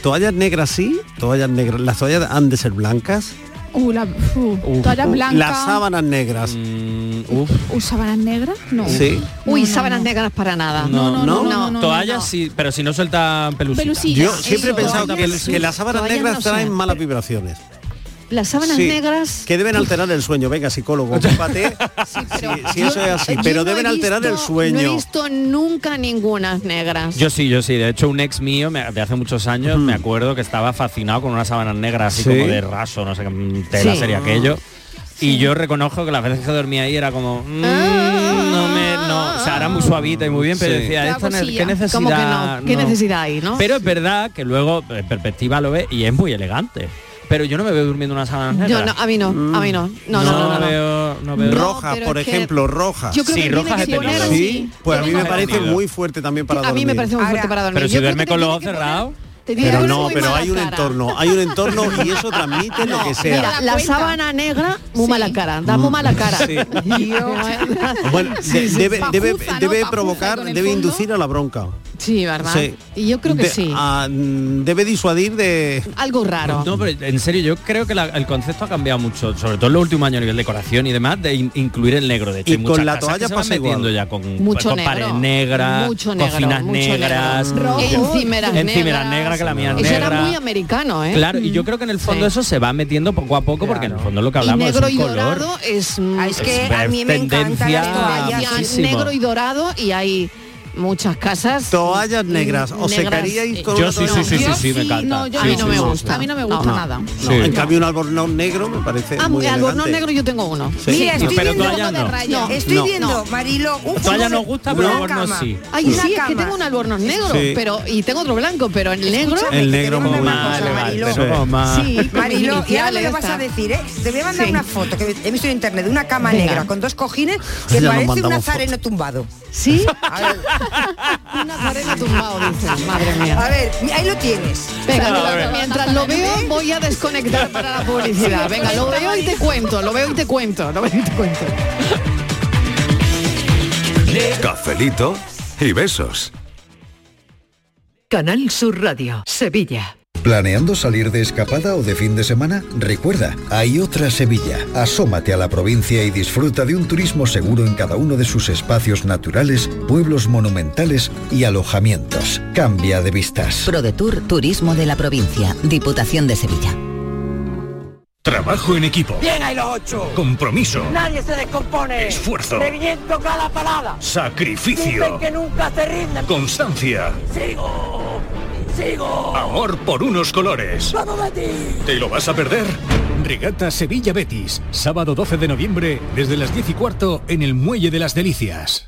Toallas negras sí, toallas negras. Las toallas han de ser blancas. Uh, la, uh, toallas blancas. Las sábanas negras. Uh, sábanas negras? No. Sí. Uy, sábanas negras para nada. No, no, no, no, Toallas sí, pero si no sueltan pelucita. Yo siempre he pensado que, que las sábanas Toallas negras no traen sé. malas vibraciones. Las sábanas Sí, negras. Que deben alterar el sueño. Venga, psicólogo, combate. si, si eso es así. yo Pero no he deben alterar el visto- No he sueño. visto nunca ninguna negras. Yo sí, yo sí. De hecho, un ex mío me- de hace muchos años, me acuerdo que estaba fascinado con unas sábanas negras así Sí. como de raso, no sé qué mm, tela Sí. sería aquello. Y yo reconozco que las veces que dormía ahí era como, mm, Ah, no me, no, o sea, era muy suavita y muy bien, pero Sí. decía, Era "Esta ne- cosilla. ¿qué necesidad? Como que no, ¿Qué No. necesidad hay, no? Pero es verdad que luego en perspectiva lo ve y es muy elegante. Pero yo no Mm. me veo durmiendo unas sábanas negras. yo no, a mí no, a mí no. No, no, no, no, no. veo, no veo. Rojas, por ejemplo, rojas. yo creo que Sí, tiene rojas que he tenido. poner- Sí, pues a mí me Rojas he parece tenido. muy fuerte también para A dormir. mí me parece muy fuerte para dormir. Pero si Yo creo duerme con los ojos cerrados. que te tiene Pero que no, poner muy pero mala hay un cara. entorno, hay un entorno y eso transmite lo que sea. Mira, la sábana negra, muy mala cara, da muy Mm. mala cara. Sí. Bueno, de- Sí, sí, debe, sí. debe- Pajuza, ¿no? debe Pajuza provocar, con el debe fondo. inducir a la bronca. Sí, ¿verdad? Sí. Y yo creo que De- sí. Ah, mm, debe disuadir de... Algo raro. No, pero en serio, yo creo que la- el concepto ha cambiado mucho, sobre todo en los últimos años a nivel de decoración y demás, de in- incluir el negro. De hecho, Y hay con muchas la casas que toalla se van pasa igual. metiendo ya con, Mucho con negro. paredes negras, Ah, Mucho negro, cocinas mucho negro. negras, Rojo. Encimeras encimeras negras. negras, que la mía es Eso negra. era muy americano, ¿eh? Claro, y yo creo que en el fondo eso se va metiendo poco a poco, porque en el fondo lo que hablamos y negro es y un color. dorado es mm, es que a mí me encantan las tendencia toallas. muchísimo. negro y dorado y hay muchas casas Toallas negras, os secaríais con Yo una sí, toalla? sí, sí, sí, sí, me encanta. Eh, no, yo- a Sí, mí no sí, me sí, gusta sí. a mí no me gusta No. nada No, en cambio un albornoz negro me parece Ah, muy el albornoz elegante. negro yo tengo uno Sí. Mira, estoy Pero viendo- toallas no. Estoy No. viendo, No. Marilo, un Toalla fondo- no gusta, pero una albornoz cama. sí. Ay, Una sí, es que cama. tengo un albornoz negro, Sí. pero y tengo otro blanco, pero el negro. El negro como más elegante, eso como más. Sí, con Marilo, y ahora me lo iniciales, vas está. a decir, ¿eh? Te voy a mandar Sí. una foto que he visto en internet de una cama Venga. negra con dos cojines que Ya nos parece un mandamos nazareno tumbado. ¿Sí? un nazareno tumbado, dice. Madre mía. A ver, ahí lo tienes. Venga, Ahí lo- mientras lo veo voy a desconectar para la publicidad. Venga, lo veo y te cuento, lo veo y te cuento, lo veo y te cuento. Cafelito y besos. Canal Sur Radio, Sevilla. ¿Planeando salir de escapada o de fin de semana? Recuerda, hay otra Sevilla. Asómate a la provincia y disfruta de un turismo seguro en cada uno de sus espacios naturales, pueblos monumentales y alojamientos. Cambia de vistas. ProDetour Turismo de la Provincia, Diputación de Sevilla. Trabajo en equipo. Bien ahí los ocho. Compromiso. Nadie se descompone. Esfuerzo. Reviento cada parada. Sacrificio. nunca se rinden. Constancia. Sigo. Sigo. Amor por unos colores. ¿Te lo vas a perder? Regata Sevilla Betis, sábado 12 de noviembre, desde las 10 y cuarto en el Muelle de las Delicias.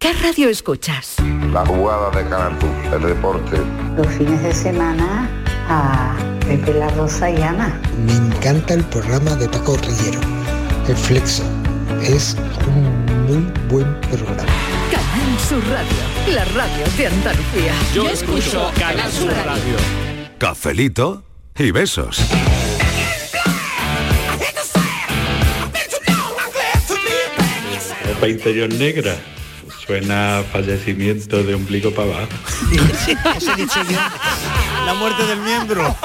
¿Qué radio escuchas? La jugada de Canal Sur, el deporte. Los fines de semana a Pepe La Rosa y Ana. Me encanta el programa de Paco Rillero, El Flexo. Es un muy buen programa. Canal Sur Radio, la radio de Andalucía. Yo escucho Canal Sur Radio. Cafelito y besos. ropa interior negra. Suena a fallecimiento de ombligo para abajo. Os he dicho yo, la muerte del miembro.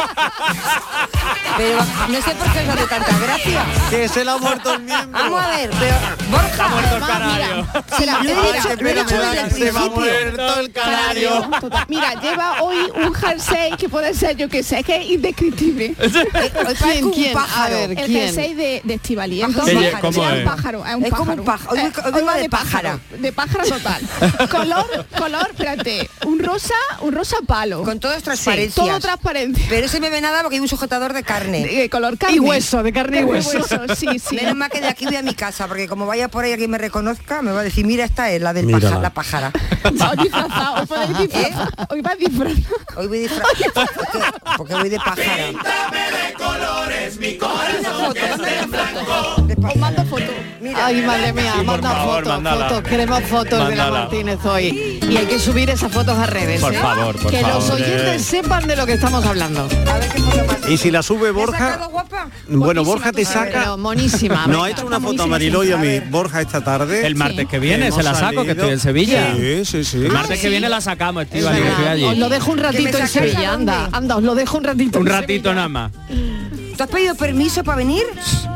Pero no sé por qué os hace tanta gracia. Que se le ha muerto el miembro. Vamos a ver, pero Borja, muerto además, mira, si lo he Ay, dicho- qué lo he pena dicho me da, desde el se va a principio. morir todo el canario. Total. Mira, lleva hoy un jersey que puede ser, yo que sé, es que es indescriptible. parece un pájaro. A ver, el ¿quién? jersey de, de Estivali. Es Ajá. un ¿Qué pájaro, lle- cómo es un es? pájaro, es un Es como un pájaro. Hoy- Eh, hoy va va de pájaro. pájaro, De pájaro total. color, color, espérate, un rosa, un rosa palo. Con todo es transparencia. todo transparente. Pero se me ve nada porque hay un sujetador de carne. De color carne. Y hueso, de carne y hueso. Sí, sí. Menos mal que de aquí voy a mi casa, porque como vaya por ahí alguien me reconozca, me va a decir, mira, esta es la del Mírala. paja- la pájara. hoy podéis disfrazar. Hoy vas disfrazado. Hoy voy disfrazado. porque, porque voy de pájara. colores, mi corazón que esté en blanco. Os mando fotos. Ay, madre mía, Sí, por manda favor, fotos, mandala. fotos. Queremos fotos de la Mandala. Martínez hoy. Y hay que subir esas fotos a redes. Por ¿eh? favor, por Que los favor. oyentes sepan de lo que estamos hablando. Y si la sube Borja, bueno, Borja te saca... Pero monísima. No, venga. ha hecho una foto a Mariló y a mí, Borja, esta tarde. El martes que viene se la saco, que estoy en Sevilla. Sí, sí, Ah, sí. El martes que viene la sacamos, Estivali, que estoy allí. Os lo dejo un ratito en sacáis a Sevilla, anda, anda, os lo dejo un ratito. Un en ratito nada más. ¿Tú has pedido permiso para venir?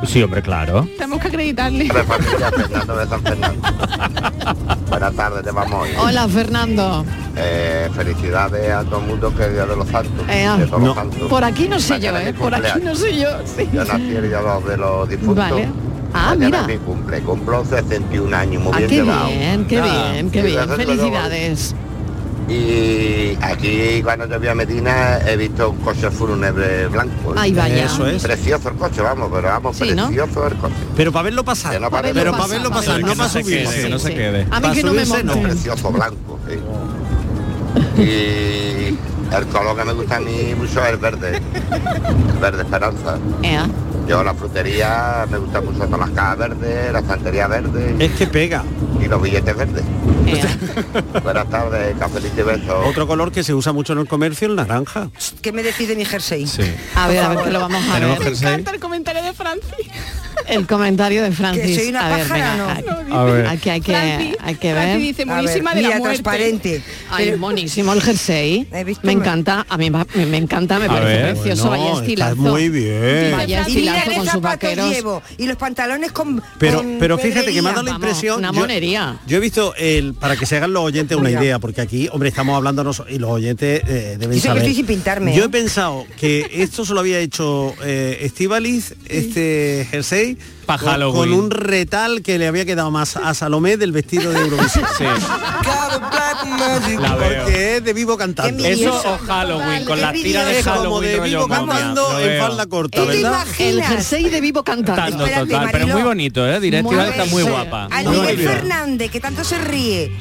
Sí, hombre, claro. Tenemos que acreditarle. De familia pues, Fernando de San Fernando. Buenas tardes, te vamos. Sevilla. Hola, Fernando. Eh, felicidades a todo el mundo que es Día de los Santos. Eh, ah, de todos los santos. Por aquí no sé yo, Mañana ¿eh? es mi Por aquí no cumpleaños. sé yo. sí. Yo nací el día dos de los difuntos. Vale. Ah, Mañana mira. es mi cumple. Cumplo 61 años, muy Ah, bien qué llevado. bien, qué Ah, bien, qué y bien. gracias a todos. Felicidades. Y aquí cuando yo vi a Medina he visto un coche fúnebre blanco. Ay, vaya. Eso es. Precioso el coche, vamos, pero vamos, Sí, ¿no? precioso el coche. Pero para verlo pasar. pero para verlo pasar, no para se subirse. quede, que no se quede. A mí Para que no me subirse, monten. Precioso blanco, sí. Y el color que me gusta a mí mucho es el verde. El verde esperanza. Ea. Yo la frutería me gusta mucho con las cajas verdes, la estantería verde. Es que pega. Y los billetes verdes. Buenas tardes, cafelito y besos. Otro color que se usa mucho en el comercio, el naranja. ¿Qué me decís de mi jersey? A ver, a ver, que lo vamos a Tenemos ver. jersey. El comentario de Francis. El comentario de Francis. ¿Que soy una a ver, pájara venga, o no? hay- No, dice. Hay que, hay que, Francis- hay que ver. Francis dice, "Monísima A ver, de la mira, muerte". transparente. Ay, Pero- monísimo el jersey. Me encanta, a mí va- me, me encanta, me A parece ver. precioso. Bueno, vaya estás estilazo. muy bien. Vaya Y mira, estilazo qué con sus zapatos vaqueros. llevo. Y los pantalones con Pero, con pero fíjate que me ha dado la pedrería. impresión. yo- monería. Yo, he visto el, para que se hagan los oyentes una Ah. Mira. idea, porque aquí, hombre, estamos hablando nos- y los oyentes eh, deben Dice que saber. estoy sin pintarme, Yo ¿eh? he pensado que esto se lo había hecho eh, Estíbaliz, este jersey, Pa' con, Halloween. con un retal que le había quedado más a Salomé del vestido de Eurovisión. La veo. Porque es de vivo cantando. Eso o Halloween, con las tiras de Es como Halloween. de rollo vivo momia, cantando lo en veo. falda corta, ¿verdad? El jersey de vivo Cantando cantando. total, pero muy bonito, ¿eh? Directiva está muy guapa. Al Muy Miguel bien. Fernández, que tanto se ríe.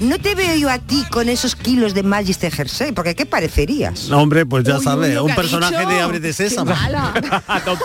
No te veo yo a ti con esos kilos de Magister jersey, porque ¿qué parecerías? No, hombre, pues ya Uy, uy, sabes, lo que un ha personaje dicho. de Abre de Qué Sésamo. mala.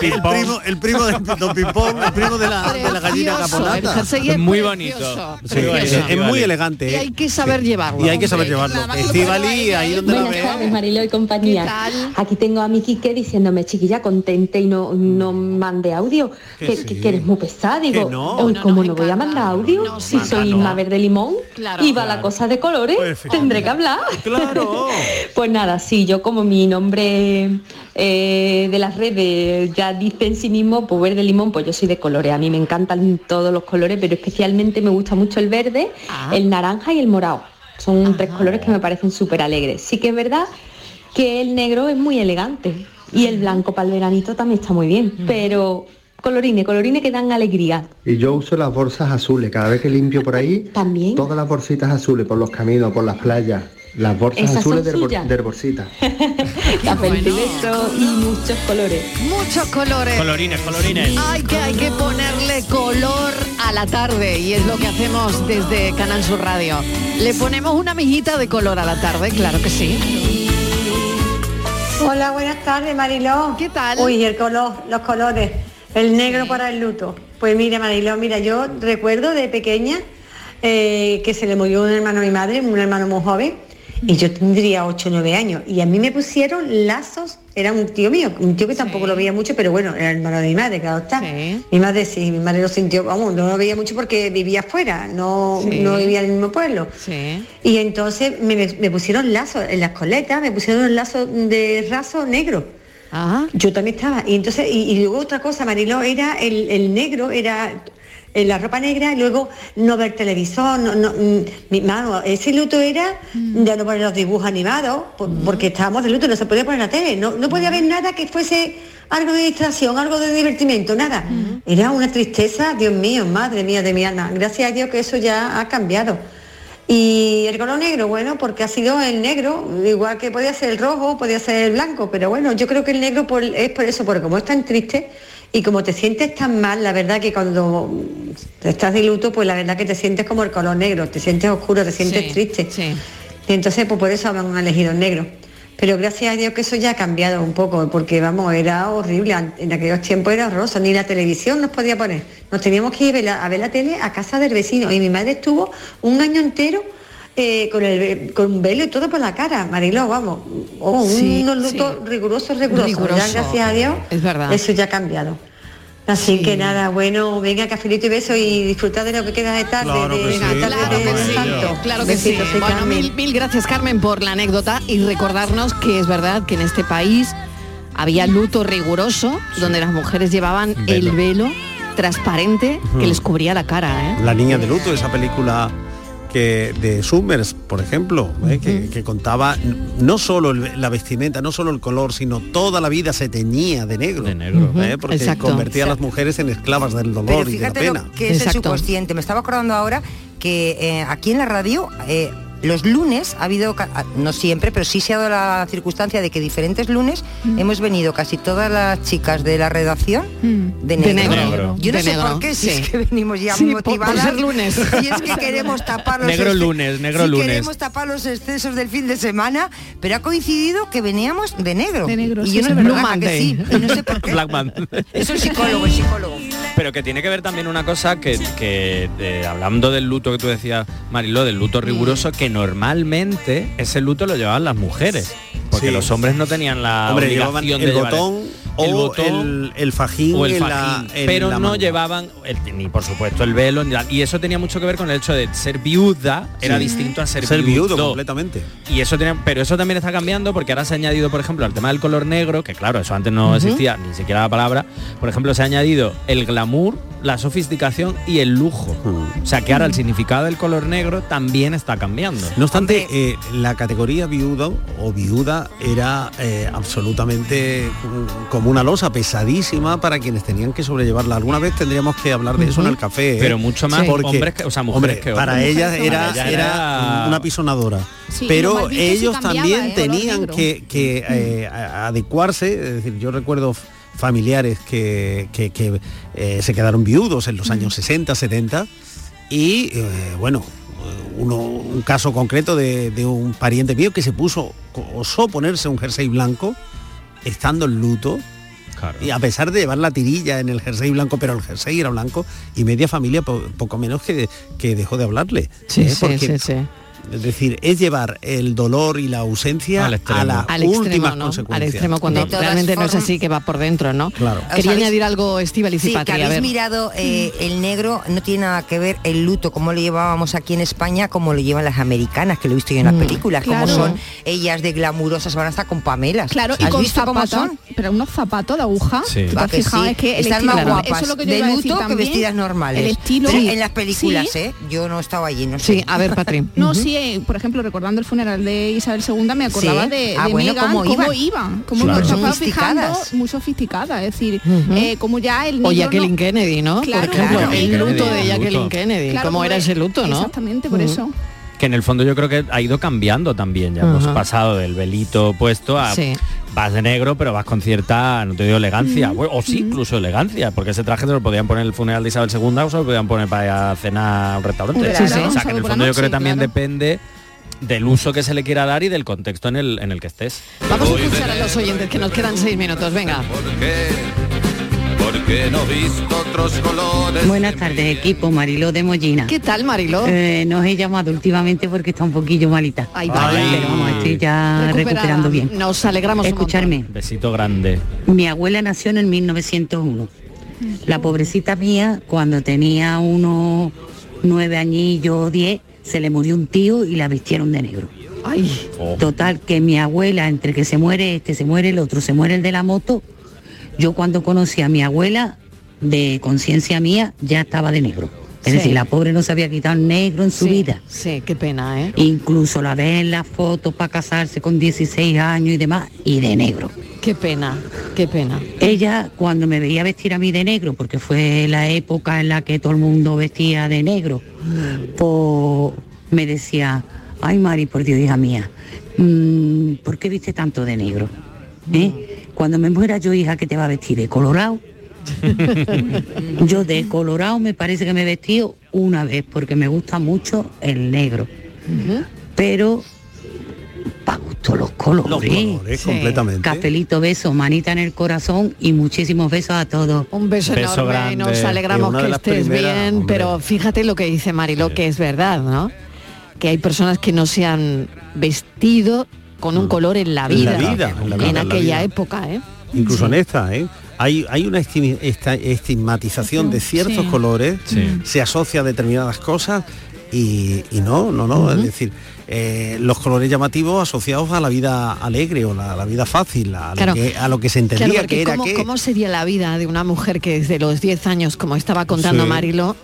el primo, el primo de Don Pimpón, el primo de la, de la gallina Precioso, el caponata. jersey es Muy bonito. precioso, Sí, es, es muy elegante. Y ¿eh? hay que saber llevarlo. Y hay que saber llevarlo. Estivali, ahí donde la Buenas ve. tardes, Marilo y compañía. Aquí tengo a mi Quique diciéndome, chiquilla, contente y no, no mande audio, Que que, sí. que- que eres muy pesada. Digo, no. "Uy, ¿cómo no voy a mandar audio? si soy Inma Verde Limón Claro. y va la Claro. cosa de colores, Pues, fíjate. tendré que hablar. pues nada, sí, yo como mi nombre eh, de las redes ya dice en sí mismo, pues Verde Limón, pues yo soy de colores. A mí me encantan todos los colores, pero especialmente me gusta mucho el verde, el naranja y el morado. Son tres colores que me parecen súper alegres. Sí que es verdad que el negro es muy elegante y el blanco para el veranito también está muy bien, pero colorines, colorines que dan alegría. Y yo uso las bolsas azules, cada vez que limpio por ahí, También. todas las bolsitas azules por los caminos, por las playas, las bolsas Esas son azules del, bol- suyas. del bolsita. Cafelito y beso y muchos colores. Muchos colores. Colorines, colorines. Hay que, hay que ponerle color a la tarde y es lo que hacemos desde Canal Sur Radio. Le ponemos una mejita de color a la tarde, claro que sí. Hola, buenas tardes, Mariló. ¿Qué tal? Uy, el color, los colores, el negro para el luto. Pues mira, Mariló, mira, yo recuerdo de pequeña eh, que se le murió un hermano a mi madre, un hermano muy joven, y yo tendría 8 o 9 años. Y a mí me pusieron lazos, era un tío mío, un tío que tampoco lo veía mucho, pero bueno, era hermano de mi madre, claro está. Mi madre sí, mi madre lo sintió, vamos, no lo veía mucho porque vivía afuera, no, Sí. no vivía en el mismo pueblo. Y entonces me, me- me pusieron lazos en las coletas, me pusieron un lazo de raso negro. Yo también estaba. Y entonces, y, y luego otra cosa, Marilo, era el, el negro, era eh, la ropa negra, y luego no ver televisor, no, no, mm, mi mano, ese luto era de no poner los dibujos animados, por- porque estábamos de luto, no se podía poner la tele, no, no podía haber nada que fuese algo de distracción, algo de divertimento, nada. Era una tristeza, Dios mío, madre mía de mi alma. Gracias a Dios que eso ya ha cambiado. Y el color negro, bueno, porque ha sido el negro, igual que podía ser el rojo, podía ser el blanco, pero bueno, yo creo que el negro por- es por eso, porque como es tan triste y como te sientes tan mal, la verdad que cuando estás de luto, pues la verdad que te sientes como el color negro, te sientes oscuro, te sientes Sí, triste. Y entonces, pues por eso han elegido el negro. Pero gracias a Dios que eso ya ha cambiado un poco, porque vamos, era horrible, an- en aquellos tiempos era horroroso, ni la televisión nos podía poner. Nos teníamos que ir a ver la, a ver la tele a casa del vecino y mi madre estuvo un año entero eh, con, el, ve- con un velo y todo por la cara, Mariló, vamos. Oh, Sí, unos lutos rigurosos, rigurosos. Ya, Riguroso. gracias a Dios, Es verdad. eso ya ha cambiado. Así que nada, bueno, venga, cafelito y beso y disfrutad de lo que queda de tarde. Claro que de, sí, de tarde claro del que sí. santo. Claro que sí. Besitos, soy Bueno, Carmen. mil, mil gracias Carmen por la anécdota y recordarnos que es verdad que en este país había luto riguroso donde las mujeres llevaban el velo transparente que Ujú. les cubría la cara. ¿eh? La niña de luto, esa película que de Summers, por ejemplo, ¿eh? que, que contaba no solo el- la vestimenta, no solo el color, sino toda la vida se teñía de negro. De negro. Ujú, Porque exacto. convertía a las mujeres en esclavas del dolor Pero y de la fíjate pena. lo que es el subconsciente. Me estaba acordando ahora que eh, aquí en la radio, eh, los lunes ha habido, ca- ah, no siempre, pero sí se ha dado la circunstancia de que diferentes lunes Mm. hemos venido casi todas las chicas de la redacción de Mm. De negro. negro. Yo no De sé negro, por qué, si sí. es que venimos ya Sí, por- por motivadas. ser lunes. Y es que queremos tapar los Negro exce- lunes, negro sí lunes. queremos tapar los excesos del fin de semana, pero ha coincidido que veníamos de negro. y sí, yo no es verdad, Blue ¿a que Monday. sí? Y no sé por qué. Black Man. Es un psicólogo, es psicólogo. Pero que tiene que ver también una cosa que, que, eh, hablando del luto que tú decías, Mariló, del luto riguroso, que normalmente ese luto lo llevaban las mujeres. Porque Sí. los hombres no tenían la Hombre, llevaban obligación el, de llevar botón o el, el, fajín, o el en la- fajín, en pero la no manga. llevaban el- ni por supuesto el velo ni nada. y eso tenía mucho que ver con el hecho de ser viuda era Sí. distinto a ser, Ser viudo, viudo, completamente y eso tenía, pero eso también está cambiando porque ahora se ha añadido por ejemplo al tema del color negro que claro eso antes no Ujú. existía ni siquiera la palabra por ejemplo se ha añadido el glamour la sofisticación y el lujo Mm. o sea que ahora el significado del color negro también está cambiando No obstante, eh, la categoría viudo o viuda era eh, absolutamente mm, como una losa pesadísima para quienes tenían que sobrellevarla. Alguna vez tendríamos que hablar de eso en el café. ¿eh? Pero mucho más Porque, hombres que- o sea, mujeres hombre, que hombres. Para ellas Mujeres que era, hombres. era, una pisonadora. Sí, y lo Pero mal visto si ellos cambiaba, también ¿eh? Color tenían negro. que, que, eh, a- adecuarse. Es decir, yo recuerdo f- familiares que, que- que, eh, se quedaron viudos en los años 60, 70 y eh, bueno, uno- un caso concreto de, de un pariente mío que se puso, osó ponerse un jersey blanco estando en luto. Y a pesar de llevar la tirilla en el jersey blanco, pero el jersey era blanco y media familia po- poco menos que, que dejó de hablarle. ¿eh? Porque, Es decir, es llevar el dolor y la ausencia Al a extremo. las Al últimas extremo, ¿no? Al consecuencias. extremo cuando De todas realmente no es formas- así que va por dentro, ¿no? Claro. Quería ¿Sabéis? añadir algo, Estivaliz y Sí, que Patria. a habéis ver. mirado eh, el negro no tiene nada que ver el luto como lo llevábamos aquí en España como lo llevan las americanas que lo he visto yo en las Mm, películas claro. como son ellas de glamurosas van hasta con pamelas Claro, y ¿Has con visto cómo zapatos, son? pero unos zapatos de aguja. Sí. ¿Te Va has que fijado? sí, Es que el están estilo- más guapas eso es lo que yo de iba a decir luto que también. vestidas normales. El estilo Pero en las películas, Sí. ¿eh? Yo no estaba allí, no sé. Sí, a ver, Patri. No, sí, eh, por ejemplo, recordando el funeral de Isabel II, me acordaba Sí. de, Ah, de bueno, Meghan, cómo cómo iban, iban. cómo iban Claro. estaba fijando, Sofisticadas. muy sofisticadas, es decir, eh, como ya el O negro Jacqueline no- Kennedy, ¿no? Claro, por ejemplo, claro. el luto Kennedy, de el Jacqueline luto. Kennedy. Claro, ¿Cómo como era es- ese luto, no? Exactamente, por Ujú. eso. que en el fondo yo creo que ha ido cambiando también ya hemos Ajá. pasado del velito puesto a Sí. vas de negro pero vas con cierta no te digo elegancia bueno, o sí incluso elegancia porque ese traje se lo podían poner en el funeral de Isabel II o se lo podían poner para ir a cenar a un restaurante Un verano, o sea que en sábado el por la fondo yo noche, creo que también claro. depende del uso que se le quiera dar y del contexto en el, en el que estés Vamos a escuchar a los oyentes que nos quedan seis minutos. Venga. ¿Por qué? ¿Por porque no visto otros colores. Buenas tardes, equipo Mariló de Mollina. ¿Qué tal, Mariló? Eh, nos he llamado últimamente porque está un poquillo malita. Ay, vaya. Pero vamos, estoy ya Recuperada. recuperando bien. Nos alegramos un Escucharme. Besito grande. Mi abuela nació en el 1901. La pobrecita mía, cuando tenía unos nueve añillos, diez, se le murió un tío y la vistieron de negro. Ay. Total, que mi abuela, entre que se muere este, se muere el otro, se muere el de la moto, yo cuando conocí a mi abuela, de conciencia mía, ya estaba de negro. Es Sí. decir, la pobre no se había quitado el negro en su vida. Sí, qué pena, ¿eh? Incluso la ven en las fotos para casarse con 16 años y demás, y de negro. Qué pena, qué pena. Ella, cuando me veía vestir a mí de negro, porque fue la época en la que todo el mundo vestía de negro, pues me decía, ay Mari, por Dios, hija mía, mm, ¿por qué viste tanto de negro? ¿Eh? Cuando me muera yo, hija, que te va a vestir de colorado. yo de colorado me parece que me he vestido una vez, porque me gusta mucho el negro. Pero colores. Los colores, Sí. completamente. Cafelito, beso, manita en el corazón y muchísimos besos a todos. Un beso, enorme, nos eh, alegramos que estés bien, pero fíjate lo que dice Marilo, que es verdad, ¿no? Que hay personas que no se han vestido con un color en la En vida. la vida, en la vida, en la aquella vida. época, ¿eh? Incluso en esta, ¿eh? Hay, hay una esti- esta- estigmatización de ciertos Sí. colores, Sí. se asocia a determinadas cosas y, y no, no, no. Es decir, eh, los colores llamativos asociados a la vida alegre o la, la vida fácil, a, Claro. lo, que, a lo que se Claro, entendía porque que era ¿cómo, que... cómo sería la vida de una mujer que desde los 10 años, como estaba contando Sí. Marilo,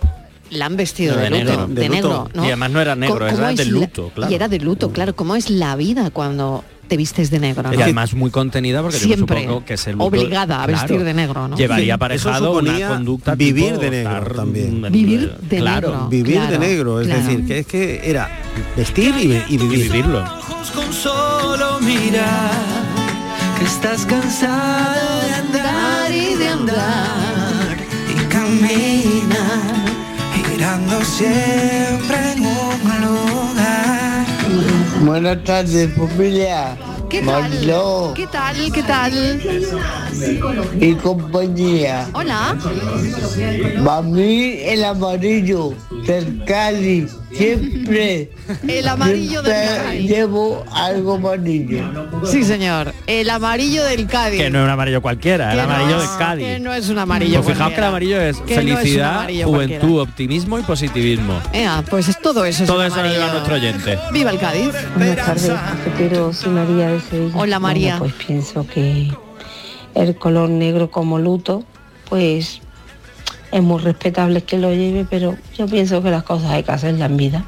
la han vestido de, luto, de, negro, ¿no? Y además no era negro, ¿Cómo- cómo era de es la- luto, claro. Y era de luto, claro. ¿Cómo es la vida cuando te vistes de negro? Y no? además muy contenida porque Siempre yo supongo que se obligada a vestir de negro, ¿no? Sí. Llevaría Eso aparejado una suponía conducta vivir tipo de negro estar- también. Vivir de Claro. negro. Vivir de claro, negro, es claro. decir, que es que era vestir y, vi- y vivir. ojos con solo mirar que estás cansado de andar y de andar y caminar girando siempre en un lugar Buenas tardes, familia. ¿Qué Mariló tal? ¿Qué tal? ¿Qué tal? y compañía. Hola. Para mí el amarillo del Cali siempre. El amarillo del siempre Cali. Llevo algo amarillo. Sí, señor. El amarillo del Cádiz. Que no era un amarillo cualquiera, Que era no amarillo es- de Cádiz. que no es un amarillo Pues fijaos que el cualquiera. amarillo es Que no es un felicidad, amarillo juventud, cualquiera. optimismo y positivismo. Ea, pues es todo eso. es Todo un eso le amarillo. lleva a nuestro oyente. Viva el Cádiz. Buenas tardes, cafetero, soy María de Sevilla. Hola, María. Bueno, pues pienso que el color negro como luto, pues es muy respetable que lo lleve, pero yo pienso que las cosas hay que hacerlas en vida,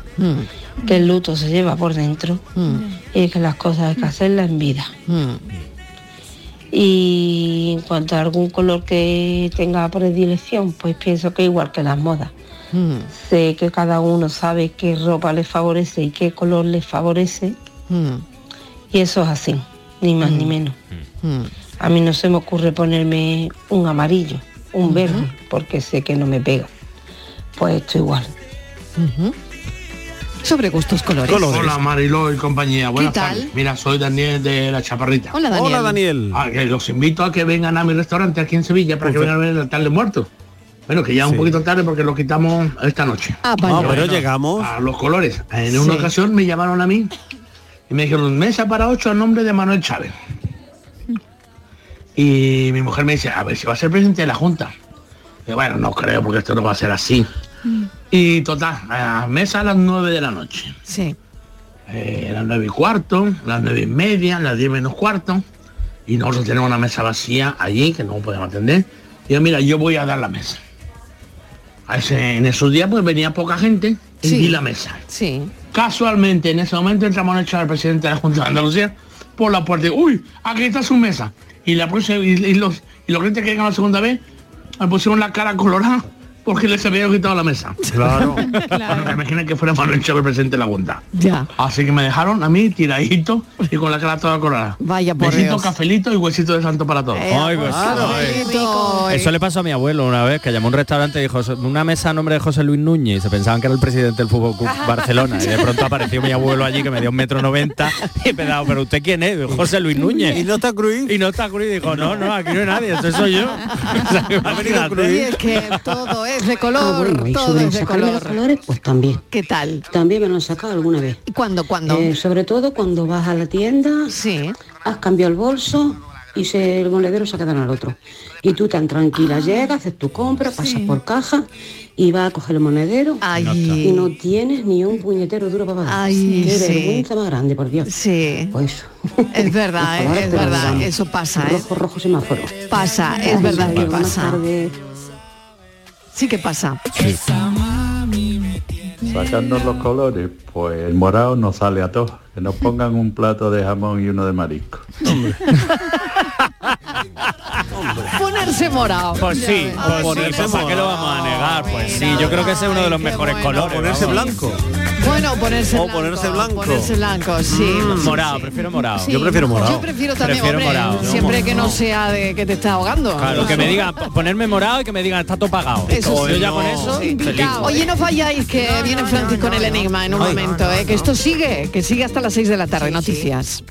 que el luto se lleva por dentro Mm. y que las cosas hay que hacerlas en vida. Y en cuanto a algún color que tenga predilección, pues pienso que igual que las modas. Sé que cada uno sabe qué ropa le favorece y qué color le favorece. Hmm. Y eso es así, ni más ni menos. Hmm. A mí no se me ocurre ponerme un amarillo, un verde, porque sé que no me pega. Pues esto igual. Sobre gustos colores. Hola Mariló y compañía. Buenas tal? tardes. Mira, soy Daniel de La Chaparrita. Hola, Daniel. Hola, Daniel. Ah, que los invito a que vengan a mi restaurante aquí en Sevilla para que vengan a ver el altar de muertos. Bueno, que ya un poquito tarde porque lo quitamos esta noche. Ah, vale. Ah, pero llegamos. A los colores. En Sí. una ocasión me llamaron a mí y me dijeron, mesa para ocho a nombre de Manuel Chávez. Mm. Y mi mujer me dice, a ver si va a ser presidente de la Junta. Y bueno, no creo porque esto no va a ser así. Y total, a la mesa a las 9 de la noche. Sí. Eh, las 9 y cuarto, las 9 y media, las 10 menos cuarto. Y nosotros tenemos una mesa vacía allí que no podemos atender. Y yo, mira, yo voy a dar la mesa. A ese- en esos días pues venía poca gente y di la mesa. Sí. Casualmente en ese momento entramos a echar al presidente de la Junta de Andalucía por la puerta. y, Uy, aquí está su mesa. Y la próxima- y, y los, y los clientes que llegan la segunda vez, me pusieron la cara colorada porque les había quitado la mesa. Claro. Imagina que fuera Manuel Chávez presidente de la Junta. Ya. Así que me dejaron a mí tiradito y con la cara toda colorada. Vaya por Besito, Dios. cafelito y huesito de santo para Eh, todos. Ay, pues, ah, ay. Eso le pasó a mi abuelo una vez, que llamó a un restaurante y dijo, una mesa a nombre de José Luis Núñez, y se pensaban que era el presidente del Fútbol Club Barcelona. Y de pronto apareció mi abuelo allí que me dio un metro noventa y me dijo, pero usted quién es? Digo, José Luis Núñez. Y no está Cruz. Y no está Cruz. Dijo, no, no, aquí no hay nadie, eso soy yo. O sea, imagínate. Y es que todo es de color, bueno, y todo sobre es de sacarme los color. colores, pues también. ¿Qué tal? También me lo han sacado alguna vez. ¿Y cuándo, cuándo? Eh, sobre todo cuando vas a la tienda, has cambiado el bolso y se, el monedero se ha quedado en el otro. Y tú tan tranquila llegas, haces tu compra, pasas por caja y vas a coger el monedero y no tienes ni un puñetero duro para pagar. Ay, Qué sí. vergüenza más grande, por Dios. Sí. Pues eso. Es verdad, Los eh, colores, es pues, verdad, vamos. eso pasa, ¿eh? Rojo, rojo, semáforo. Pasa, es Ay, verdad que Mario, buenas pasa. tardes. Sí que pasa. Sacarnos los colores, pues el morado nos sale a todos. Que nos pongan un plato de jamón y uno de marisco. Ponerse morado. Ah, Pues sí, Ay, pues sí, ¿para qué lo vamos a negar? Pues sí, yo creo que ese es uno de los mejores colores. ponerse vamos. blanco. Bueno, ponerse O blanco. ponerse blanco. Ponerse blanco, sí. Mm, morado, prefiero morado. Sí. Yo prefiero también, Prefiero hombre, morado. siempre que no sea de que te está ahogando. Claro, que me digan, po- ponerme morado y que me digan, está todo pagado. Eso Yo sí. ya con eso, feliz. Oye, no falláis que viene Francis con el enigma en un momento, eh, que esto sigue, que sigue hasta las 6 de la tarde, noticias.